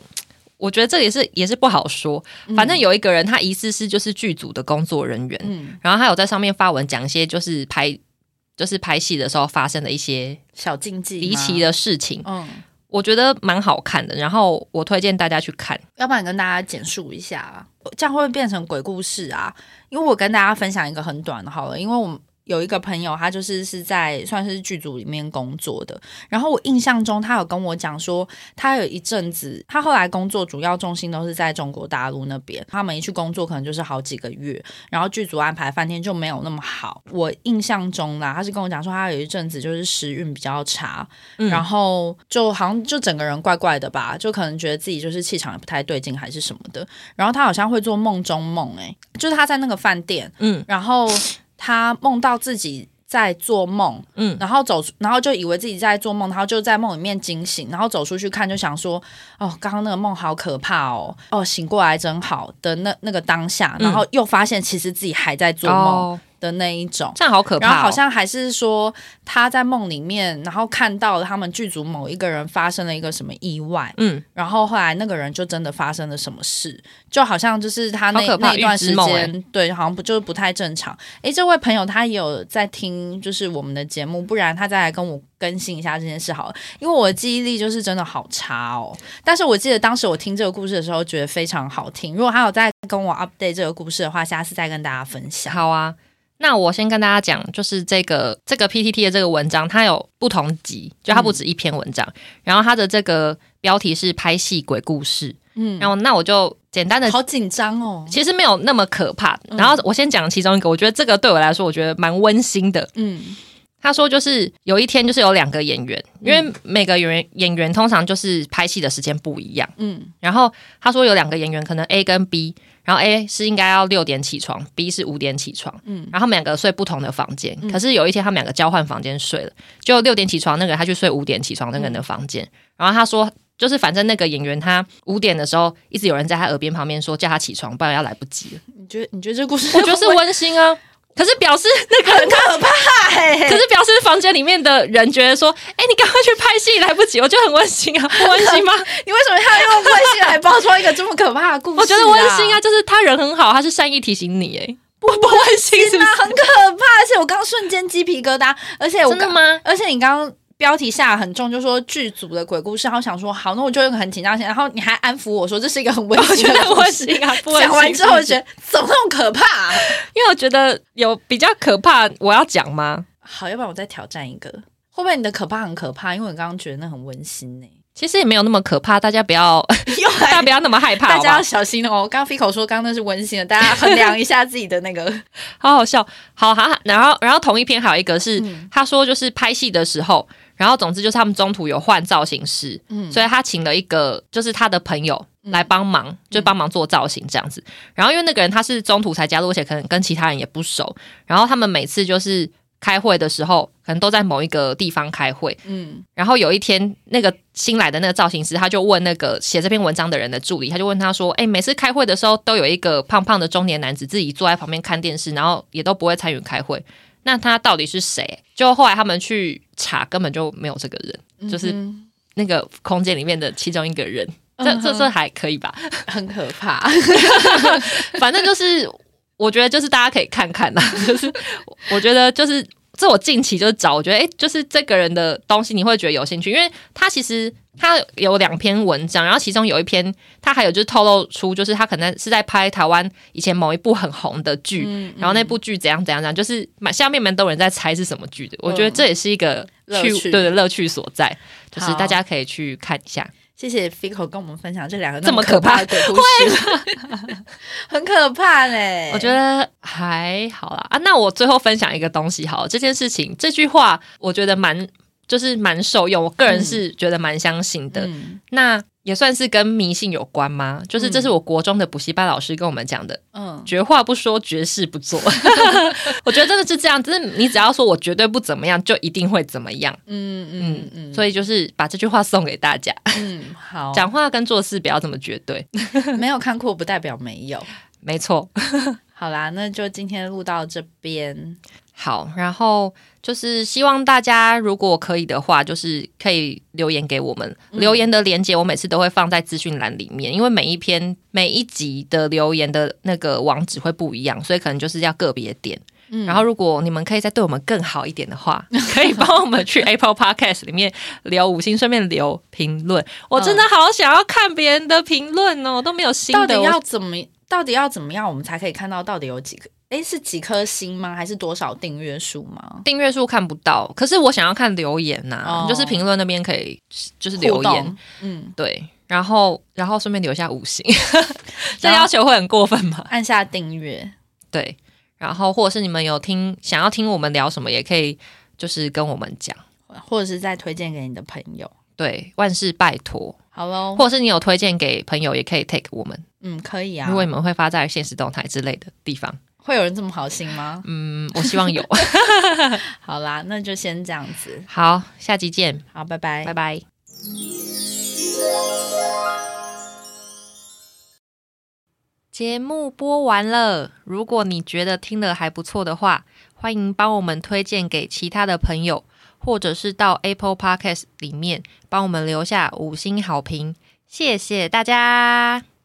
A: 我觉得这也是也是不好说。反正有一个人，他疑似是就是剧组的工作人员，
B: 嗯嗯，
A: 然后他有在上面发文讲一些就是拍就是拍戏的时候发生的一些
B: 小禁忌，
A: 离奇，的事情，
B: 嗯，
A: 我觉得蛮好看的。然后我推荐大家去看。
B: 要不然你跟大家简述一下啊，这样会不会变成鬼故事啊？因为我跟大家分享一个很短的好了，因为我们有一个朋友，他就是是在算是剧组里面工作的，然后我印象中他有跟我讲说，他有一阵子，他后来工作主要重心都是在中国大陆那边，他们一去工作可能就是好几个月，然后剧组安排饭店就没有那么好。我印象中啦，他是跟我讲说，他有一阵子就是时运比较差，
A: 嗯
B: 然后就好像就整个人怪怪的吧，就可能觉得自己就是气场也不太对劲，还是什么的。然后他好像会做梦中梦、欸，就是他在那个饭店，
A: 嗯
B: 然后他梦到自己在做梦，
A: 嗯，
B: 然后走出，然后就以为自己在做梦，然后就在梦里面惊醒，然后走出去看，就想说，哦，刚刚那个梦好可怕哦，哦，醒过来真好的那那个当下，
A: 嗯
B: 然后又发现其实自己还在做梦
A: 哦，
B: 的那一种。
A: 这样好可怕、哦。
B: 然后好像还是说他在梦里面，然后看到了他们剧组某一个人发生了一个什么意外，
A: 嗯，
B: 然后后来那个人就真的发生了什么事，就好像就是他那
A: 好可怕
B: 那一段时
A: 预知
B: 间，
A: 梦欸
B: 对，好像不就是不太正常。诶，这位朋友他也有在听，就是我们的节目，不然他再来跟我更新一下这件事好了，因为我的记忆力就是真的好差哦。但是我记得当时我听这个故事的时候，觉得非常好听。如果他有在跟我 update 这个故事的话，下次再跟大家分享。
A: 好啊。那我先跟大家讲，就是这个这个 PTT 的这个文章，它有不同集，就它不止一篇文章。然后它的这个标题是拍戏鬼故事，
B: 嗯，
A: 然后那我就简单的，
B: 好嗯紧张哦，
A: 其实没有那么可怕。然后我先讲其中一个，我觉得这个对我来说，我觉得蛮温馨的。
B: 嗯
A: 他说，就是有一天，就是有两个演员，因
B: 嗯
A: 为每个演员演员通常就是拍戏的时间不一样。
B: 嗯
A: 然后他说有两个演员，可能 A 跟 B，然后 A 是应该要六点起床，B 是五点起床，
B: 嗯
A: 然后他们两个睡不同的房间。可是有一天他们两个交换房间睡了，就六点起床那个人他去睡五点起床那个人的房间。然后他说，就是反正那个演员他五点的时候一直有人在他耳边旁边说叫他起床，不然要来不及了。
B: 你觉得你觉得这故事
A: 我觉得是 温馨啊。 可是表示那 个人他，
B: 太
A: 可是表示房间里面的人觉得说，哎、你赶快去拍戏，来不及，我觉得很温馨啊，不 温馨吗？
B: 你为什么要用温馨来包装一个这么可怕的故事、
A: 我觉得温馨啊，，就是他人很好，他是善意提醒你，哎，不不温馨是
B: 真
A: 不
B: 的
A: 是？
B: 啊很可怕，而且我刚瞬间鸡皮疙瘩，而且我
A: 真的
B: 刚，
A: 吗？
B: 而且你刚刚。标题下得很重，就说剧组的鬼故事，然后想说好，那我就用个很紧张的心，然后你还安抚我说这是一个很温
A: 我
B: 馨
A: 觉
B: 的
A: 得
B: 故
A: 温
B: 事。
A: 馨啊，不温馨
B: 讲完之 后，我觉
A: 得，
B: 得怎么那么可怕 啊、
A: 因为我觉得有比较可怕，我要讲吗？
B: 好，要不然我再挑战一个，会不会你的可怕很可怕？因为我刚刚觉得那很温馨欸呢、
A: 其实也没有那么可怕，大家不要，
B: 又
A: 大家
B: 来
A: 不要那么害怕，
B: 大
A: 好不
B: 家
A: 好
B: 要？小心哦！刚刚 Fico 说刚刚那是温馨的，大家衡量一下自己的那个。
A: 好好笑，好哈。然后，然后同一篇还有一个是，
B: 嗯
A: 他说就是拍戏的时候，然后总之就是他们中途有换造型师，
B: 嗯
A: 所以他请了一个就是他的朋友来帮忙，
B: 嗯
A: 就帮忙做造型这样子。然后因为那个人他是中途才加入，而且可能跟其他人也不熟。然后他们每次就是开会的时候，可能都在某一个地方开会。
B: 嗯
A: 然后有一天，那个新来的那个造型师，他就问那个写这篇文章的人的助理，他就问他说：“哎、每次开会的时候，都有一个胖胖的中年男子自己坐在旁边看电视，然后也都不会参与开会，那他到底是谁？”就后来他们去查，根本就没有这个人，就是
B: 嗯
A: 那个空间里面的其中一个人。这
B: 嗯哼
A: 这这还可以吧，
B: 很可怕。
A: 反正就是我觉得就是大家可以看看啦， 就是我我觉得就是这我近期就是找，我觉得诶，就是这个人的东西你会觉得有兴趣，因为他其实他有两篇文章，然后其中有一篇他还有就是透露出就是他可能是在拍台湾以前某一部很红的剧。
B: 嗯
A: 然后那部剧怎样怎样怎样，就是满下面蛮多人在猜是什么剧的，我觉得这也是一个
B: 乐
A: 趣
B: 趣
A: 对的乐趣所在，就是
B: 好
A: 大家可以去看一下。
B: 谢谢 Fico 跟我们分享这两个
A: 这么
B: 那
A: 可怕
B: 的鬼故事， 很可怕嘞。
A: 我觉得还好啦啊。那我最后分享一个东西好了，这件事情这句话，我觉得蛮就是蛮受用，我个人是觉得蛮相信的。
B: 嗯
A: 那也算是跟迷信有关吗？就是这是我国中的补习班老师跟我们讲的，
B: 嗯，
A: 绝话不说，绝事不做。 我觉得真的是这样，就是你只要说我绝对不怎么样，就一定会怎么样。
B: 嗯
A: 嗯
B: 嗯嗯，
A: 所以就是把这句话送给大家，
B: 嗯好，
A: 讲话跟做事不要这么绝对。
B: 没有看过不代表没有。
A: 没错。
B: 好啦，那就今天录到这边。
A: 好，然后就是希望大家如果可以的话，就是可以留言给我们。
B: 嗯
A: 留言的链接我每次都会放在资讯栏里面，因为每一篇每一集的留言的那个网址会不一样，所以可能就是要个别点。
B: 嗯
A: 然后，如果你们可以再对我们更好一点的 话，可以帮我们去 Apple Podcast 里面留五星，顺便留评论。我真的好想要看别人的评论哦，都没有新
B: 嗯到
A: 的。
B: 底
A: 我
B: 要怎么，到底要怎么样，我们才可以看到到底有几颗？诶，是几颗星吗？还是多少订阅数吗？
A: 订阅数看不到，可是我想要看留言呐、
B: 哦
A: 就是评论那边可以就是留言
B: 互，动，嗯，
A: 对，然后然后顺便留下五星， 这要求会很过分吗？
B: 按下订阅。
A: 对，然后或者是你们有听想要听我们聊什么，也可以就是跟我们讲，
B: 或者是再推荐给你的朋友。
A: 对，万事拜托，
B: 好喽，
A: 或者是你有推荐给朋友，也可以 take 我们，
B: 嗯，可以啊
A: 如。果你们会发在现实动态之类的地方，
B: 会有人这么好心吗？
A: 嗯，我希望 有，
B: 好啦，那就先这样子。
A: 好，下集见，
B: 好，拜拜
A: 拜。拜。节目播完了，如果你觉得听了还不错的话，欢迎帮我们推荐给其他的朋友，或者是到 Apple Podcast 里面帮我们留下五星好评，谢谢大家。